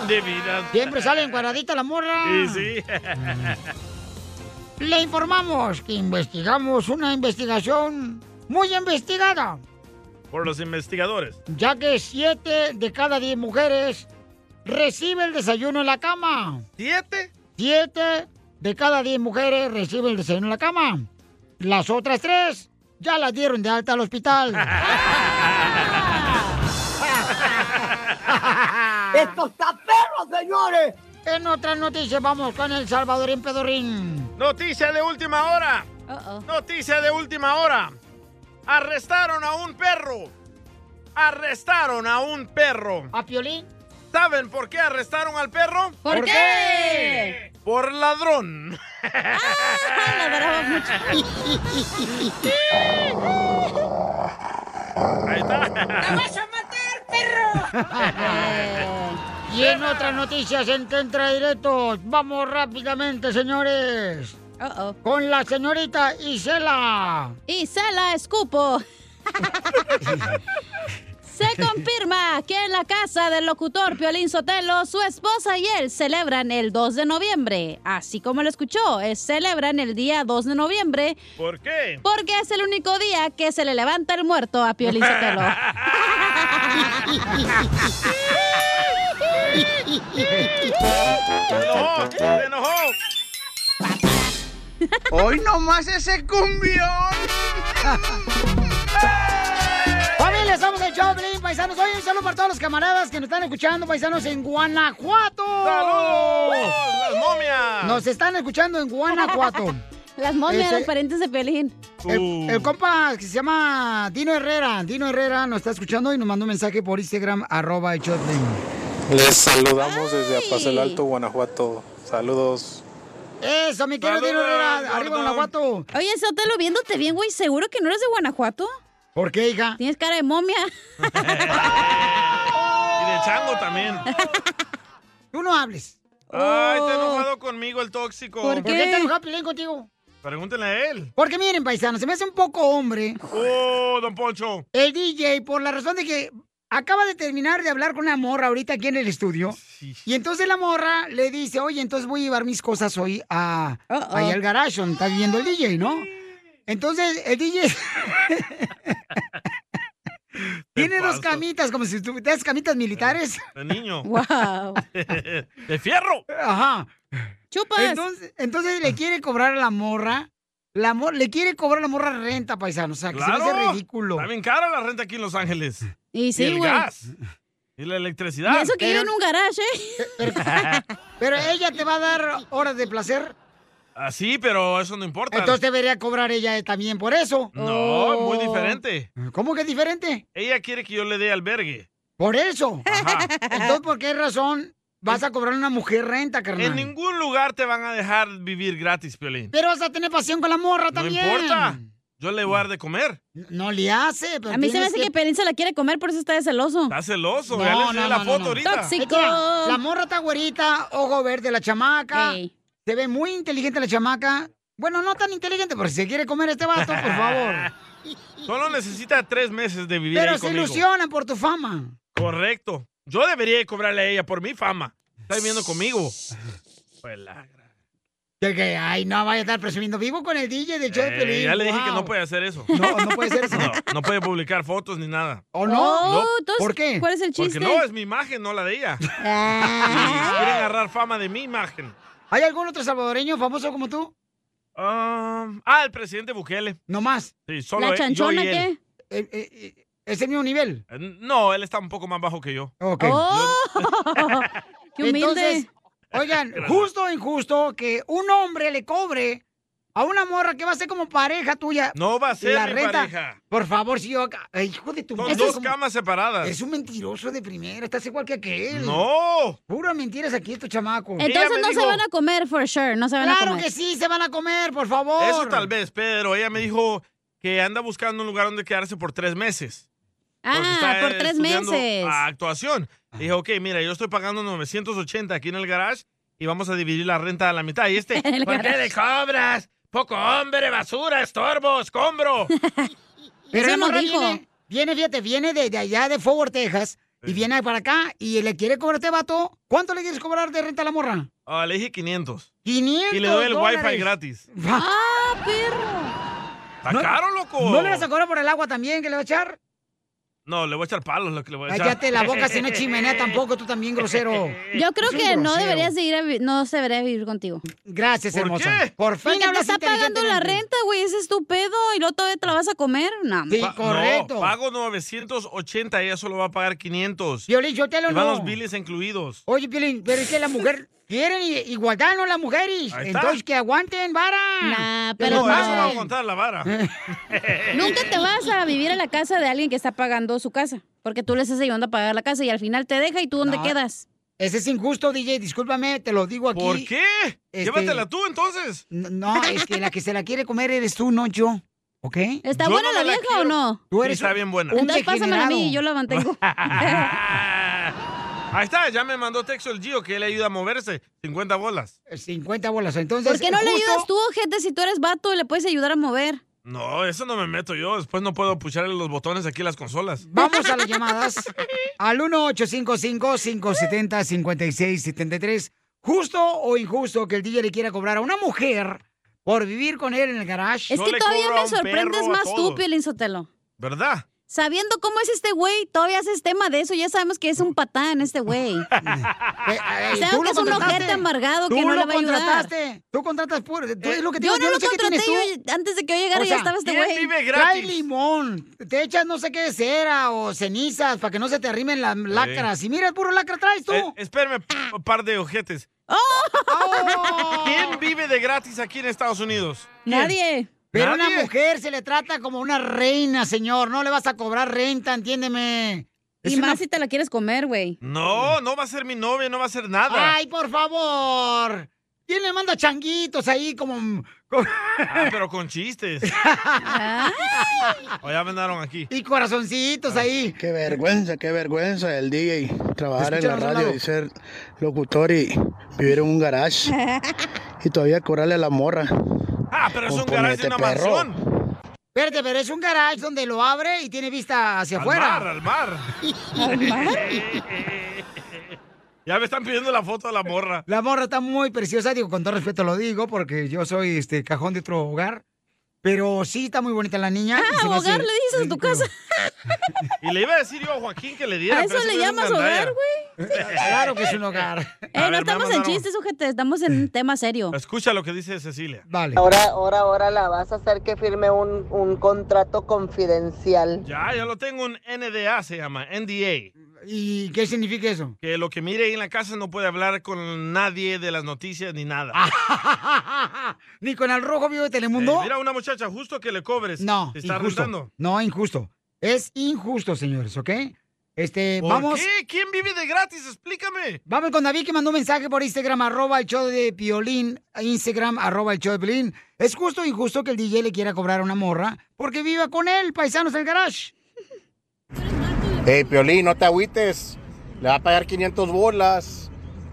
S3: Indebida.
S1: Siempre sale encuadradita la morra.
S3: Y sí.
S1: Le informamos que investigamos una investigación muy investigada.
S3: Por los investigadores.
S1: ya que siete de cada 10 mujeres recibe el desayuno en la cama.
S3: ¿Siete?
S1: Siete de cada 10 mujeres recibe el desayuno en la cama. Las otras tres ya la dieron de alta al hospital. ¡Esto está perro, señores! En otras noticias vamos con El Salvador en Pedorrín.
S3: Noticia de última hora. Noticia de última hora. Arrestaron a un perro. Arrestaron a un perro.
S1: ¿A Piolín?
S3: ¿Saben por qué arrestaron al perro?
S2: ¿Por ¿Por qué?
S3: Por ladrón. Ahí
S2: ¡Te
S3: está.
S2: vas a matar, perro!
S1: Y en otras noticias en Entra Directos, vamos rápidamente, señores. Con la señorita Isela.
S10: Isela Escupo. Se confirma que en la casa del locutor Piolín Sotelo, su esposa y él celebran el 2 de noviembre. Así como lo escuchó, eh, celebran el día 2 de noviembre
S3: ¿Por qué?
S10: porque es el único día que se le levanta el muerto a Piolín Sotelo.
S2: ¡Se enojó! ¡Se enojó!
S1: ¡Hoy nomás ese cumbión! ¡Familia, estamos en Choplin, paisanos! Oye, un saludo para todos los camaradas que nos están escuchando, paisanos, en Guanajuato.
S3: ¡Saludos! ¡Las momias!
S1: Nos están escuchando en Guanajuato.
S10: Las momias,
S1: Ese-
S10: los parientes de Piolín.
S3: Uh.
S1: El, el compa que se llama Dino Herrera. Dino Herrera nos está escuchando y nos mandó un mensaje por Instagram, arroba el Choplin.
S15: Les saludamos desde Apaso el Alto, Guanajuato. Saludos.
S1: Eso, mi querido Dino Herrera. Arriba, Guanajuato.
S10: Oye, Sotelo, viéndote bien, güey, ¿seguro que no eres de Guanajuato?
S1: ¿Por qué, hija?
S10: Tienes cara de momia.
S3: Y de chango también.
S1: Tú no hables. Oh.
S3: Ay,
S10: Oh.
S3: está enojado conmigo el tóxico.
S1: ¿Por qué está enojado Piolín contigo?
S3: Pregúntenle a él.
S1: Porque miren, paisanos, se me hace un poco hombre.
S3: ¡Oh, don Poncho!
S1: El DJ, por la razón de que acaba de terminar de hablar con una morra ahorita aquí en el estudio. Y entonces la morra le dice, oye, entonces voy a llevar mis cosas hoy a, ahí al garage donde está viviendo el DJ, ¿no? Entonces el DJ... Tiene dos camitas, como si tuvieras camitas militares.
S3: De niño.
S10: ¡Wow!
S3: ¡De fierro!
S1: Ah, Ajá.
S10: Chupas.
S1: Entonces, entonces le quiere cobrar a la morra. La mor- le quiere cobrar a la morra renta, paisano. O sea, que se me hace ridículo.
S3: Está bien cara la renta aquí en Los Ángeles.
S10: Y sí,
S3: el
S10: güey.
S3: gas. Y la electricidad.
S10: garage, ¿eh?
S1: Pero ella te va a dar horas de placer.
S3: Así, pero eso no importa.
S1: Entonces oh. debería cobrar ella también por eso.
S3: No, es muy diferente.
S1: ¿Cómo que es diferente?
S3: Ella quiere que yo le dé albergue.
S1: Por eso. Entonces, ¿por qué razón vas a cobrar a una mujer renta,
S3: En
S1: carnal?
S3: ningún lugar te van a dejar vivir gratis, Piolín.
S1: Pero vas a tener pasión con la morra
S3: No
S1: también.
S3: importa. Yo le voy a dar de comer.
S1: No le hace, pero
S10: A mí se me
S1: tienes
S10: hace que... Pelín se la quiere comer, por eso está de celoso.
S3: Está celoso. ya le enseñé la foto ahorita.
S1: Es que mira, La morra está güerita, ojo verde, la chamaca. Se ve muy inteligente la chamaca. Bueno, no tan inteligente, pero si se quiere comer a este vato, por favor.
S3: Solo necesita tres meses de vivir
S1: Pero
S3: ahí
S1: se
S3: conmigo.
S1: ilusionan por tu fama.
S3: Correcto. Yo debería cobrarle a ella por mi fama. Está viviendo conmigo. Pues la-
S1: De que, ay, no vaya a estar presumiendo vivo con el DJ del show de
S3: Eh,
S1: Piolín,
S3: ya le dije que
S1: guau.
S3: no puede hacer eso.
S1: No, no puede hacer eso.
S3: No, no puede publicar fotos ni nada.
S1: ¿O no? Oh,
S10: entonces,
S1: ¿por qué? ¿cuál es el chiste? Ah.
S3: Porque no, es mi imagen, no la de ella. Y Quieren agarrar fama de mi imagen.
S1: ¿Hay algún otro salvadoreño famoso como tú?
S3: Um, ah, el presidente Bukele.
S1: No más.
S3: Sí, solo él- yo y él.
S1: Eh, eh, eh, ¿Es el mismo nivel?
S3: Eh, No, él está un poco más bajo que yo.
S1: Ok. Oh,
S10: ¡Qué humilde!
S1: Entonces, oigan, justo o injusto que un hombre le cobre a una morra que va a ser como pareja tuya.
S3: No va a ser
S1: la
S3: mi
S1: renta.
S3: pareja.
S1: Por favor, si yo acá. eh, Hijo de tu
S3: Son
S1: madre,
S3: dos
S1: como-
S3: camas separadas.
S1: Es un mentiroso de primera, estás igual que aquel.
S3: ¡No!
S1: Pura mentiras aquí estos chamacos.
S10: Entonces no se van a comer, for sure. No se van a
S1: Claro
S10: comer.
S1: que sí, se van a comer, por favor.
S3: Eso tal vez, pero ella me dijo que anda buscando un lugar donde quedarse por tres meses. Porque
S10: Ah,
S3: está
S10: por tres
S3: estudiando
S10: meses.
S3: a actuación.
S1: Ah.
S3: Y dije, ok, mira, yo estoy pagando 980 aquí en el garage y vamos a dividir la renta a la mitad. Y este,
S2: el
S3: ¿por qué
S2: garage.
S3: le cobras? Poco hombre, basura, estorbo, escombro.
S1: Pero
S3: Eso
S1: la
S3: no
S1: morra
S3: dijo.
S1: Viene, viene, fíjate, viene de, de allá de Forward, Texas, y viene para acá y le quiere cobrar a este vato. ¿Cuánto le quieres cobrar de renta a la morra?
S3: Ah, le dije 500.
S1: 500
S3: Y le doy el wifi
S1: dólares.
S3: gratis.
S1: ¡Ah,
S10: perro!
S3: Está caro, loco.
S1: ¿No le vas a cobrar por el agua también que le va a echar?
S3: No, le voy a echar palos. Lo que le voy a echar.
S1: Cállate la boca, si no chimenea tampoco, tú también, grosero.
S3: Eh,
S10: Yo creo
S1: Es un
S10: que no
S1: grosero.
S10: deberías de ir a vi- no se debería vivir contigo.
S1: Gracias,
S10: ¿Por
S1: hermosa.
S10: qué?
S1: Por fin
S10: Mira,
S1: que
S10: ahora
S1: estás
S10: está pagando la
S1: inteligente,
S10: renta, güey, ese es tu pedo y luego todavía te la vas a comer. No.
S3: Pa- No, pago 980, ella solo va a pagar 500.
S1: Violín, yo te lo
S3: Y van
S1: no.
S3: los biles incluidos.
S1: Oye, Piolín, pero es que la mujer quieren i- igualdad, ¿no? Las mujeres.
S3: Ahí está.
S1: Entonces, que aguanten, vara.
S10: Nah,
S1: Que
S3: no, eso
S1: los
S3: va a
S1: paguen.
S3: aguantar la vara.
S10: Nunca te vas a vivir a la casa de alguien que está pagando su casa, porque tú le estás ayudando a pagar la casa y al final te deja y tú dónde
S1: No.
S10: quedas.
S1: Ese es injusto, DJ, discúlpame, te lo digo aquí. Este,
S10: ¿Por qué? Llévatela
S3: tú, entonces.
S1: No, es que la que se la quiere comer eres tú, no yo. ¿Ok?
S10: ¿Está Yo buena no la me la vieja o quiero. no?
S1: Tú
S3: Sí,
S1: eres
S3: está bien buena.
S1: un
S10: Entonces pásamela a mí y
S1: degenerado.
S10: yo la mantengo.
S3: Ahí está, ya me mandó texto el Gio que le ayuda a moverse. 50 bolas.
S1: 50 bolas, entonces.
S10: ¿Por qué no le
S1: justo-
S10: ayudas tú, gente, si tú eres vato y le puedes ayudar a mover?
S3: No, eso no me meto yo. Después no puedo pucharle los botones aquí a las consolas.
S1: Vamos a las llamadas al 1-855-570-5673. Justo o injusto que el DJ le quiera cobrar a una mujer por vivir con él en el garage.
S10: Es que todavía me sorprendes más tú, Piolín Sotelo.
S3: ¿Verdad?
S10: Sabiendo cómo es este güey, todavía haces tema de eso. Ya sabemos que es un patán este güey.
S1: eh,
S10: Sabemos que es un ojete amargado
S1: Tú
S10: que no
S1: lo
S10: le va a ayudar. Eh,
S1: contrataste. Tú contratas por. tú es lo que te
S10: yo
S1: digo,
S10: no
S1: no
S10: lo
S1: sé qué tienes
S10: contraté,
S1: tú.
S10: yo- antes de que yo llegara ya estaba este
S1: ¿quién
S10: güey.
S1: vive
S10: Trae
S1: gratis? Trae limón, te echas no sé qué de cera o cenizas para que no se te arrimen las lacras. Y mira, puro lacra traes tú.
S3: Eh, espérame, p- par de ojetes. ¿Quién vive de gratis aquí en Estados Unidos? ¿Quién?
S10: ¡Oh! Nadie.
S1: Pero a
S3: ¿Nadie?
S1: una mujer se le trata como una reina, señor. No le vas a cobrar renta, entiéndeme.
S10: Y más si te la quieres comer, güey.
S3: No, no va a ser mi novia, no va a ser
S10: Ah.
S3: nada.
S1: Ay, por favor. ¿Quién le manda changuitos ahí como... como-
S3: Ah, pero con chistes. O ya mandaron aquí.
S1: y corazoncitos ahí.
S22: Qué vergüenza, qué vergüenza el DJ trabajar en la
S1: Escuchamos a un
S22: radio
S1: lado.
S22: y ser locutor y vivir en un garage y todavía cobrarle a la morra.
S3: Ah, pero es un
S22: Componente,
S3: garage de una
S22: perro.
S3: mansión.
S1: Espérate, pero es un garage donde lo abre y tiene vista hacia
S3: Al
S1: afuera.
S3: mar, al mar.
S1: ¿Al mar?
S3: ya me están pidiendo la foto de la morra.
S1: La morra está muy preciosa, digo, con todo respeto lo digo, porque yo soy este cajón de otro hogar. Pero sí está muy bonita la niña. y
S10: Ah,
S1: se me hace
S10: hogar, le dices a tu
S1: ridículo.
S10: casa.
S3: Y le iba a decir yo a Joaquín que le diera.
S10: ¿A eso
S3: pero ese
S10: le
S3: güey es un
S10: llamas hogar,
S3: gandalla.
S1: Claro que es un hogar.
S10: Eh, no estamos en chistes, ojete, estamos en un tema serio.
S3: Escucha lo que dice Cecilia.
S1: Vale.
S16: Ahora, ahora, ahora la vas a hacer que firme un, un contrato confidencial.
S3: Ya, ya lo tengo, un NDA se llama, NDA.
S1: ¿Y qué significa eso?
S3: Que lo que mire ahí en la casa no puede hablar con nadie de las noticias ni nada.
S1: Ni con el rojo vivo de
S3: Eh,
S1: Telemundo.
S3: mira una muchacha, justo que le cobres.
S1: No,
S3: Te está
S1: injusto.
S3: arrestando.
S1: No, injusto. Es injusto, señores, ¿ok? Este,
S3: ¿Por
S1: vamos.
S3: qué? ¿Quién vive de gratis? Explícame.
S1: Vamos con David que mandó un mensaje por Instagram, arroba el show de Piolín, Instagram, arroba el show de Piolín. ¿Es justo o injusto que el DJ le quiera cobrar a una morra porque viva con él, paisanos del garage?
S20: Hey, Piolín, no te agüites. Le va a pagar 500 bolas.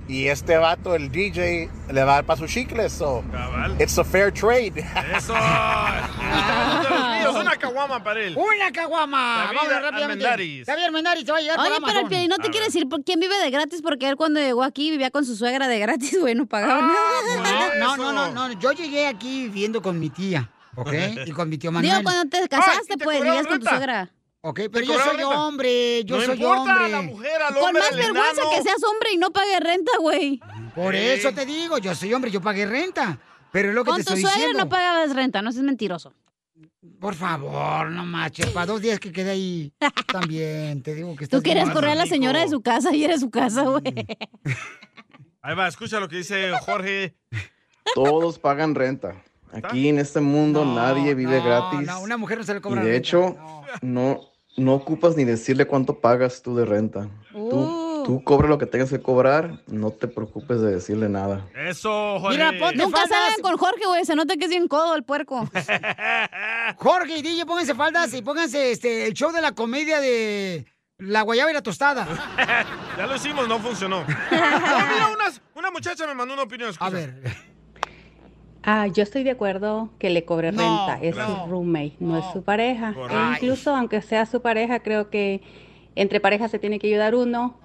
S20: Y este vato, el DJ, le va a dar para sus chicles. So, it's a fair trade.
S3: Eso. Hablando de Ah, los míos, una caguama para él.
S1: ¡Una caguama!
S3: David
S1: Vamos rápidamente.
S3: Armendáriz.
S1: Javier Mendaris se va a llegar
S10: Oye,
S1: por
S10: pero el
S1: Amazon.
S10: Piolín no te quiere decir por quién vive de gratis, porque él cuando llegó aquí vivía con su suegra de gratis, güey, no pagaba
S1: Ah.
S10: nada.
S1: No, no, no, no, no. Yo llegué aquí viviendo con mi tía, ¿ok? Y con mi tío Manuel.
S10: Digo, cuando te casaste, pues vivías con tu suegra.
S1: Ok, pero yo
S10: cobraron
S1: soy
S10: renta?
S1: hombre, yo
S10: No
S1: soy
S10: importa,
S1: hombre.
S10: la mujer, al Con hombre, más al vergüenza enano. que seas hombre y no pague renta, güey.
S1: Por
S10: Sí.
S1: eso te digo, yo soy hombre, yo pagué renta. Pero es lo que
S10: Con
S1: te
S10: tu
S1: estoy
S10: suegra
S1: diciendo.
S10: no pagabas renta, no seas mentiroso.
S1: Por favor, no manches, para dos días que quedé ahí también, te digo que estás...
S10: Tú querías
S1: mal.
S10: correr a la señora de su casa y era su casa, güey.
S3: Ahí va, escucha lo que dice Jorge.
S4: Todos pagan renta. Aquí en este mundo nadie vive gratis.
S1: No, una mujer no se le
S4: y
S1: cobra
S4: de
S1: renta.
S4: hecho, no, no ocupas ni decirle cuánto pagas tú de renta.
S1: Uh.
S4: Tú, tú cobra lo que tengas que cobrar, no te preocupes de decirle nada.
S3: Eso, Jorge.
S10: Mira, Nunca salgan con Jorge, güey. Se nota que es bien codo el puerco.
S1: Jorge y DJ, pónganse faldas y pónganse este, el show de la comedia de la guayaba y la tostada.
S3: ya lo hicimos, no funcionó. Ah, mira, unas- una muchacha me mandó una opinión. A ver.
S21: Ah, yo estoy de acuerdo que le cobre
S3: No,
S21: renta, es
S3: claro.
S21: su roommate, no, es su pareja. E
S3: Correcto.
S21: incluso aunque sea su pareja, creo que entre parejas se tiene que ayudar uno.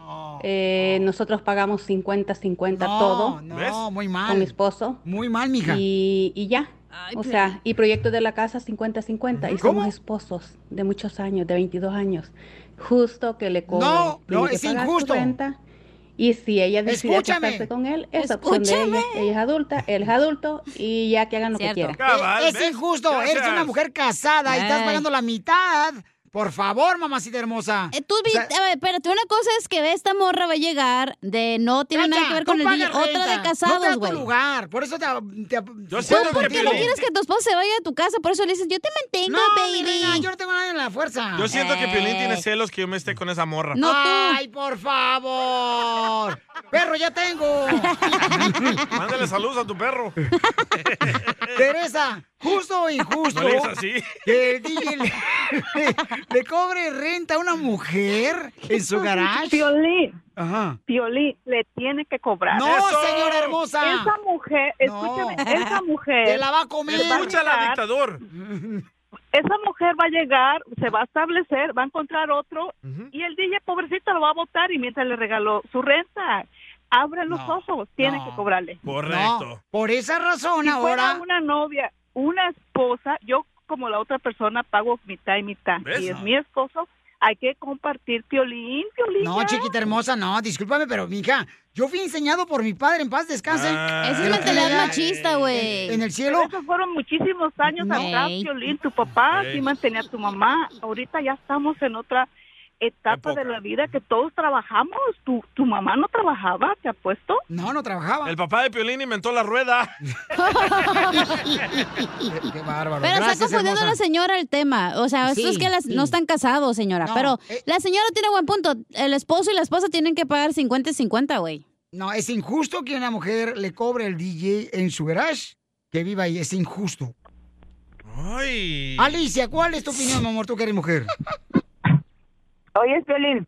S21: Eh, Nosotros pagamos 50-50 todo.
S1: No, muy mal.
S21: Con mi esposo.
S1: Muy mal, mija.
S21: Y, y ya, O sea, y proyecto de la casa 50-50. Y somos esposos de muchos años, de 22 años. Justo que le cobren.
S1: No,
S21: Tiene
S1: no,
S21: que
S1: es
S21: pagar su
S1: injusto.
S21: renta. Y si ella decide
S1: Escúchame.
S21: casarse con él, es opción de
S1: Escúchame.
S21: pues, ella. Ella es adulta, él es adulto y ya que hagan lo que quieran.
S1: es es injusto. Eres una mujer casada y estás
S21: Ay.
S1: pagando la mitad. Por favor, mamacita hermosa.
S10: Eh, Tú, vi- a ver, espérate, una cosa es que esta morra va a llegar de no tiene nada que ver con el DJ, otra de casados,
S1: No te da
S10: güey.
S1: tu lugar. Por eso te... te
S10: Tú,
S1: yo
S10: ¿Por qué no quieres que tu esposa se vaya a tu casa? Por eso le dices, yo te mantengo,
S1: No, mi
S10: baby.
S1: reina, yo no tengo nada en la fuerza. Eh.
S3: Yo siento que Piolín tiene celos que yo me esté con esa morra. Ah.
S1: Ay, por favor. Perro, ya tengo.
S3: Mándale saludos a tu perro.
S1: Teresa, justo o injusto
S3: No le hizo así.
S1: que el DJ le, le- le cobre renta a una mujer en su garage.
S13: Piolín.
S1: Ajá.
S13: Piolín le tiene que cobrar.
S1: No, Eso. señora hermosa.
S13: Esa mujer, escúchame, esa mujer.
S1: Te la va a comer.
S3: Escúchala, dictador.
S13: Esa mujer va a llegar, se va a establecer, va a encontrar otro y el DJ pobrecito lo va a votar y mientras le regaló su renta, abre los ojos, tiene que cobrarle.
S3: Correcto.
S1: por esa razón
S13: si
S1: ahora-
S13: Fuera una novia, una esposa, yo como la otra persona pago mitad y mitad.
S1: ¿Ves?
S13: Y es mi esposo, hay que compartir piolín, piolín.
S1: No,
S13: ya.
S1: chiquita hermosa, no, discúlpame, pero mija, yo fui enseñado por mi padre en paz descanse.
S10: Ah. Esa es
S1: Que lo
S10: mentalidad
S1: tenía
S10: machista,
S1: en-
S10: güey.
S1: En, el cielo.
S13: Esos fueron muchísimos años atrás, Piolín. Tu papá sí mantenía a tu mamá. Ahorita ya estamos en otra etapa de la vida que todos trabajamos. ¿Tu, tu mamá no trabajaba, te apuesto?
S1: No, no trabajaba.
S3: El papá de Piolín inventó la rueda.
S1: Qué bárbaro.
S10: Pero está confundiendo la señora el tema. O sea,
S1: Sí,
S10: esto es que las,
S1: sí.
S10: no están casados, señora.
S1: No, eh.
S10: pero la señora tiene buen punto. El esposo y la esposa tienen que pagar 50 y 50, güey.
S1: No, es injusto que una mujer le cobre el DJ en su garage. Que viva ahí, es injusto.
S3: Ay.
S1: Alicia, ¿cuál es tu opinión, mi amor? Tú que eres mujer.
S13: Oye, Piolín.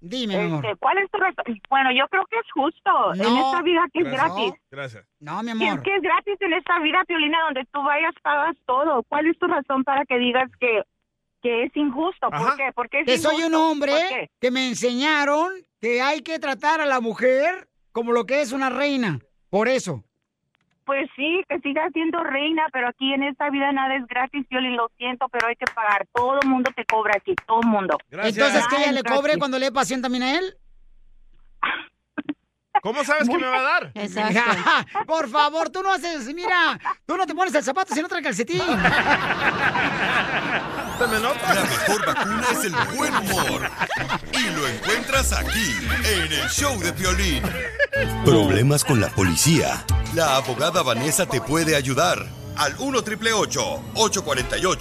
S1: Dime, mi amor.
S13: Este, ¿Cuál es tu resp- Bueno, yo creo que es justo en esta vida que es gratis.
S3: Gracias.
S1: No, mi
S13: Si es que es gratis en esta vida, Piolina, donde tú vayas pagas todo. ¿Cuál es tu razón para que digas que, que es injusto? ¿Por qué? Porque es
S1: que soy
S13: injusto.
S1: un
S13: ¿Por qué?
S1: hombre que me enseñaron que hay que tratar a la mujer como lo que es una reina. Por eso.
S13: Pues sí, que sigas siendo reina, pero aquí en esta vida nada es gratis, Piolín, lo siento, pero hay que pagar. Todo el mundo te cobra aquí, todo el mundo.
S1: Entonces, que ella
S13: Ay,
S1: le
S13: gracias.
S1: cobre cuando le dé pasión también a él.
S3: ¿Cómo sabes que me va a dar?
S1: Exacto. Por favor, tú no haces, mira, tú no te pones el zapato, sino otra calcetín.
S8: La mejor vacuna es el buen humor. Y lo encuentras aquí, en el show de Piolín. Problemas con la policía. La abogada Vanessa te puede ayudar. Al 1 848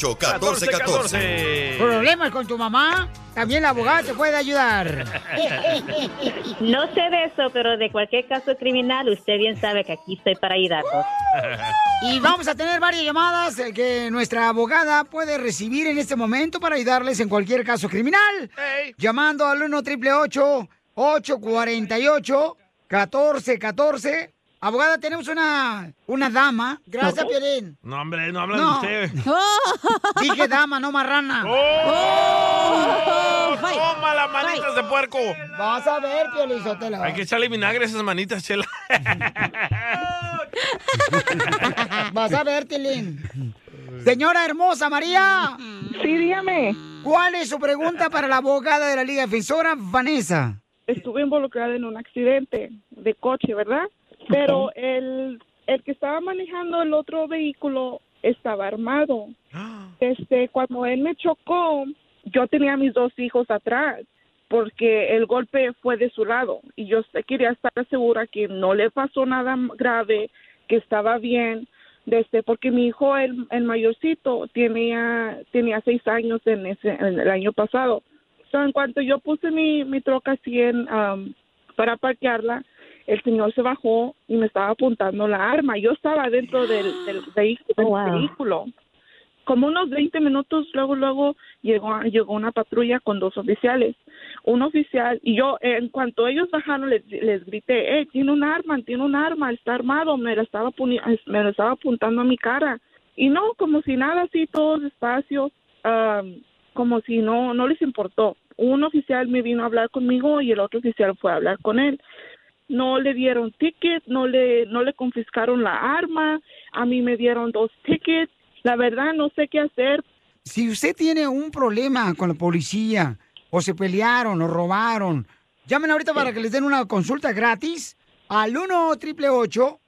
S8: 1414
S1: Problemas con tu mamá, también la abogada te puede ayudar.
S2: No sé de eso, pero de cualquier caso criminal, usted bien sabe que aquí estoy para ayudarnos.
S1: Y vamos a tener varias llamadas eh, que nuestra abogada puede recibir en este momento para ayudarles en cualquier caso criminal. Llamando al 1 848 1414 Abogada, tenemos una, una dama. Gracias, Piolín.
S3: No, hombre, no hablan
S1: No.
S3: de usted.
S1: Dije dama, no marrana.
S3: ¡Oh!
S1: Fight.
S3: ¡Toma las manitas de puerco!
S1: Vas a ver, Piolín Sotelo.
S3: Hay que echarle vinagre a esas manitas, chela.
S1: Vas a ver, Tilín. Señora hermosa María. Sí, dígame. ¿Cuál es su pregunta para la abogada de la Liga Defensora, Vanessa?
S28: estuve involucrada en un accidente de coche, ¿verdad? Pero el, el que estaba manejando el otro vehículo estaba armado. Este, cuando él me chocó, yo tenía a mis dos hijos atrás porque el golpe fue de su lado y yo se- quería estar segura que no le pasó nada m- grave, que estaba bien, desde porque mi hijo el, el mayorcito tenía tenía seis años en, ese, en el año pasado. So, en cuanto yo puse mi, mi troca así en, am, para parquearla, el señor se bajó y me estaba apuntando la arma. Yo estaba dentro del, del vehi- del
S2: wow.
S28: vehículo. Como unos 20 minutos luego, luego llegó, llegó una patrulla con dos oficiales. Un oficial, y yo en cuanto ellos bajaron les, les grité, eh, tiene un arma, tiene un arma, está armado, me la estaba, puni- me la estaba apuntando a mi cara. Y no, como si nada, así todos despacio, um, am, como si no, no les importó. Un oficial me vino a hablar conmigo y el otro oficial fue a hablar con él. no le dieron ticket, no le, no le confiscaron la arma, a mí me dieron dos tickets, la verdad no sé qué hacer.
S1: Si usted tiene un problema con la policía, o se pelearon, o robaron, llamen ahorita para que les den una consulta gratis al 1 888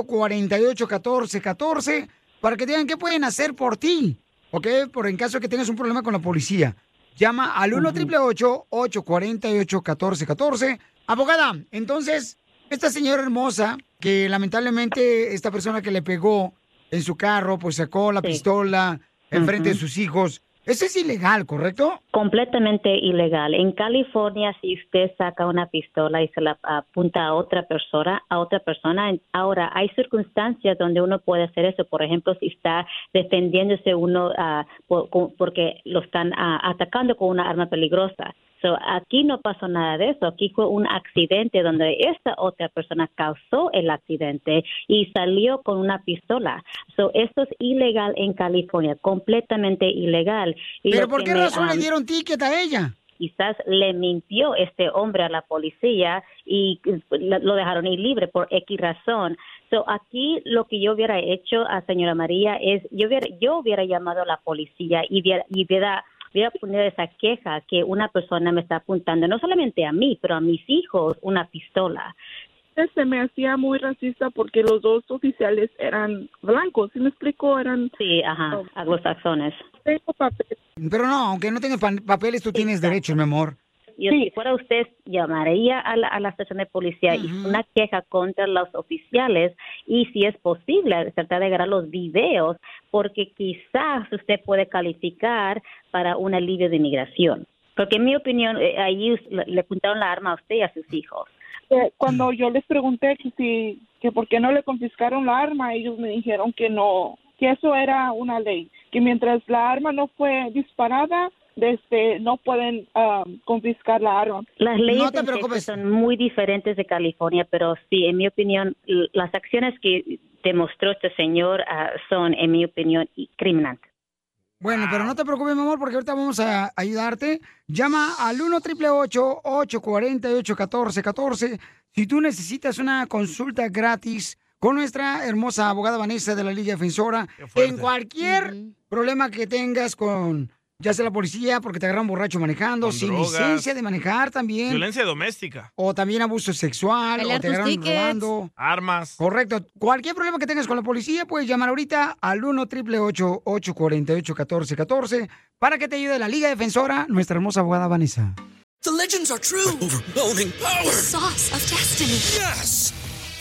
S1: 848 1414 para que digan qué pueden hacer por ti, ¿ok? Por en caso de que tengas un problema con la policía. Llama al 1 888 848 1414 Abogada, entonces, esta señora hermosa, que lamentablemente esta persona que le pegó en su carro, pues sacó la pistola enfrente de
S24: Ujú.
S1: sus hijos. Eso es ilegal, ¿correcto?
S24: Completamente ilegal. En California, si usted saca una pistola y se la apunta a otra persona, a otra persona, en- ahora hay circunstancias donde uno puede hacer eso. Por ejemplo, si está defendiéndose uno ah, por- con- porque lo están ah, atacando con una arma peligrosa. So, aquí no pasó nada de eso. Aquí fue un accidente donde esta otra persona causó el accidente y salió con una pistola. So, esto es ilegal en California, completamente ilegal. Y
S1: ¿Pero
S24: lo
S1: por
S24: que
S1: qué
S24: me,
S1: razón le
S24: am,
S1: dieron ticket a ella?
S24: Quizás le mintió este hombre a la policía y la- lo dejaron ir libre por X razón. So, aquí lo que yo hubiera hecho a señora María es, yo hubiera, yo hubiera llamado a la policía y hubiera, y hubiera voy a poner esa queja que una persona me está apuntando, no solamente a mí, pero a mis hijos, una pistola.
S28: Se me hacía muy racista porque los dos oficiales eran blancos, ¿sí me explico? Eran... Oh.
S24: Sí, ajá, anglosajones.
S28: Tengo papel.
S1: Pero no, aunque no tengas pan- papeles, tú tienes derechos, mi amor.
S24: Yo, si fuera usted, llamaría a la, a la estación de policía y una queja contra los oficiales y si es posible, tratar de agarrar los videos porque quizás usted puede calificar para un alivio de inmigración. Porque en mi opinión, eh, ahí us- le, le apuntaron la arma a usted y a sus hijos.
S28: Eh, Cuando yo les pregunté que, si, que por qué no le confiscaron la arma, ellos me dijeron que no, que eso era una ley, que mientras la arma no fue disparada, desde, no pueden ah, confiscar la arma.
S24: Las leyes en Texas son muy diferentes de California, pero sí, en mi opinión, l- las acciones que demostró este señor ah, son, en mi opinión, y- criminantes.
S1: Bueno,
S24: Ah.
S1: pero no te preocupes, mi amor, porque ahorita vamos a ayudarte. Llama al 1 888 848 1414 si tú necesitas una consulta gratis con nuestra hermosa abogada Vanessa de la Liga Defensora en cualquier problema que tengas con ya sea la policía porque te agarran borracho manejando,
S3: Con
S1: sin
S3: drogas.
S1: licencia de manejar también.
S3: Violencia doméstica.
S1: O también abuso sexual,
S3: Pelear
S1: o te
S3: tus
S1: agarraron
S3: tickets.
S1: robando.
S3: Armas.
S1: Correcto. Cualquier problema que tengas con la policía, puedes llamar ahorita al 1 888 848 1414 para que te ayude la Liga Defensora, nuestra hermosa abogada Vanessa.
S29: The legends are true. overwhelming power! The sauce of destiny. Yes!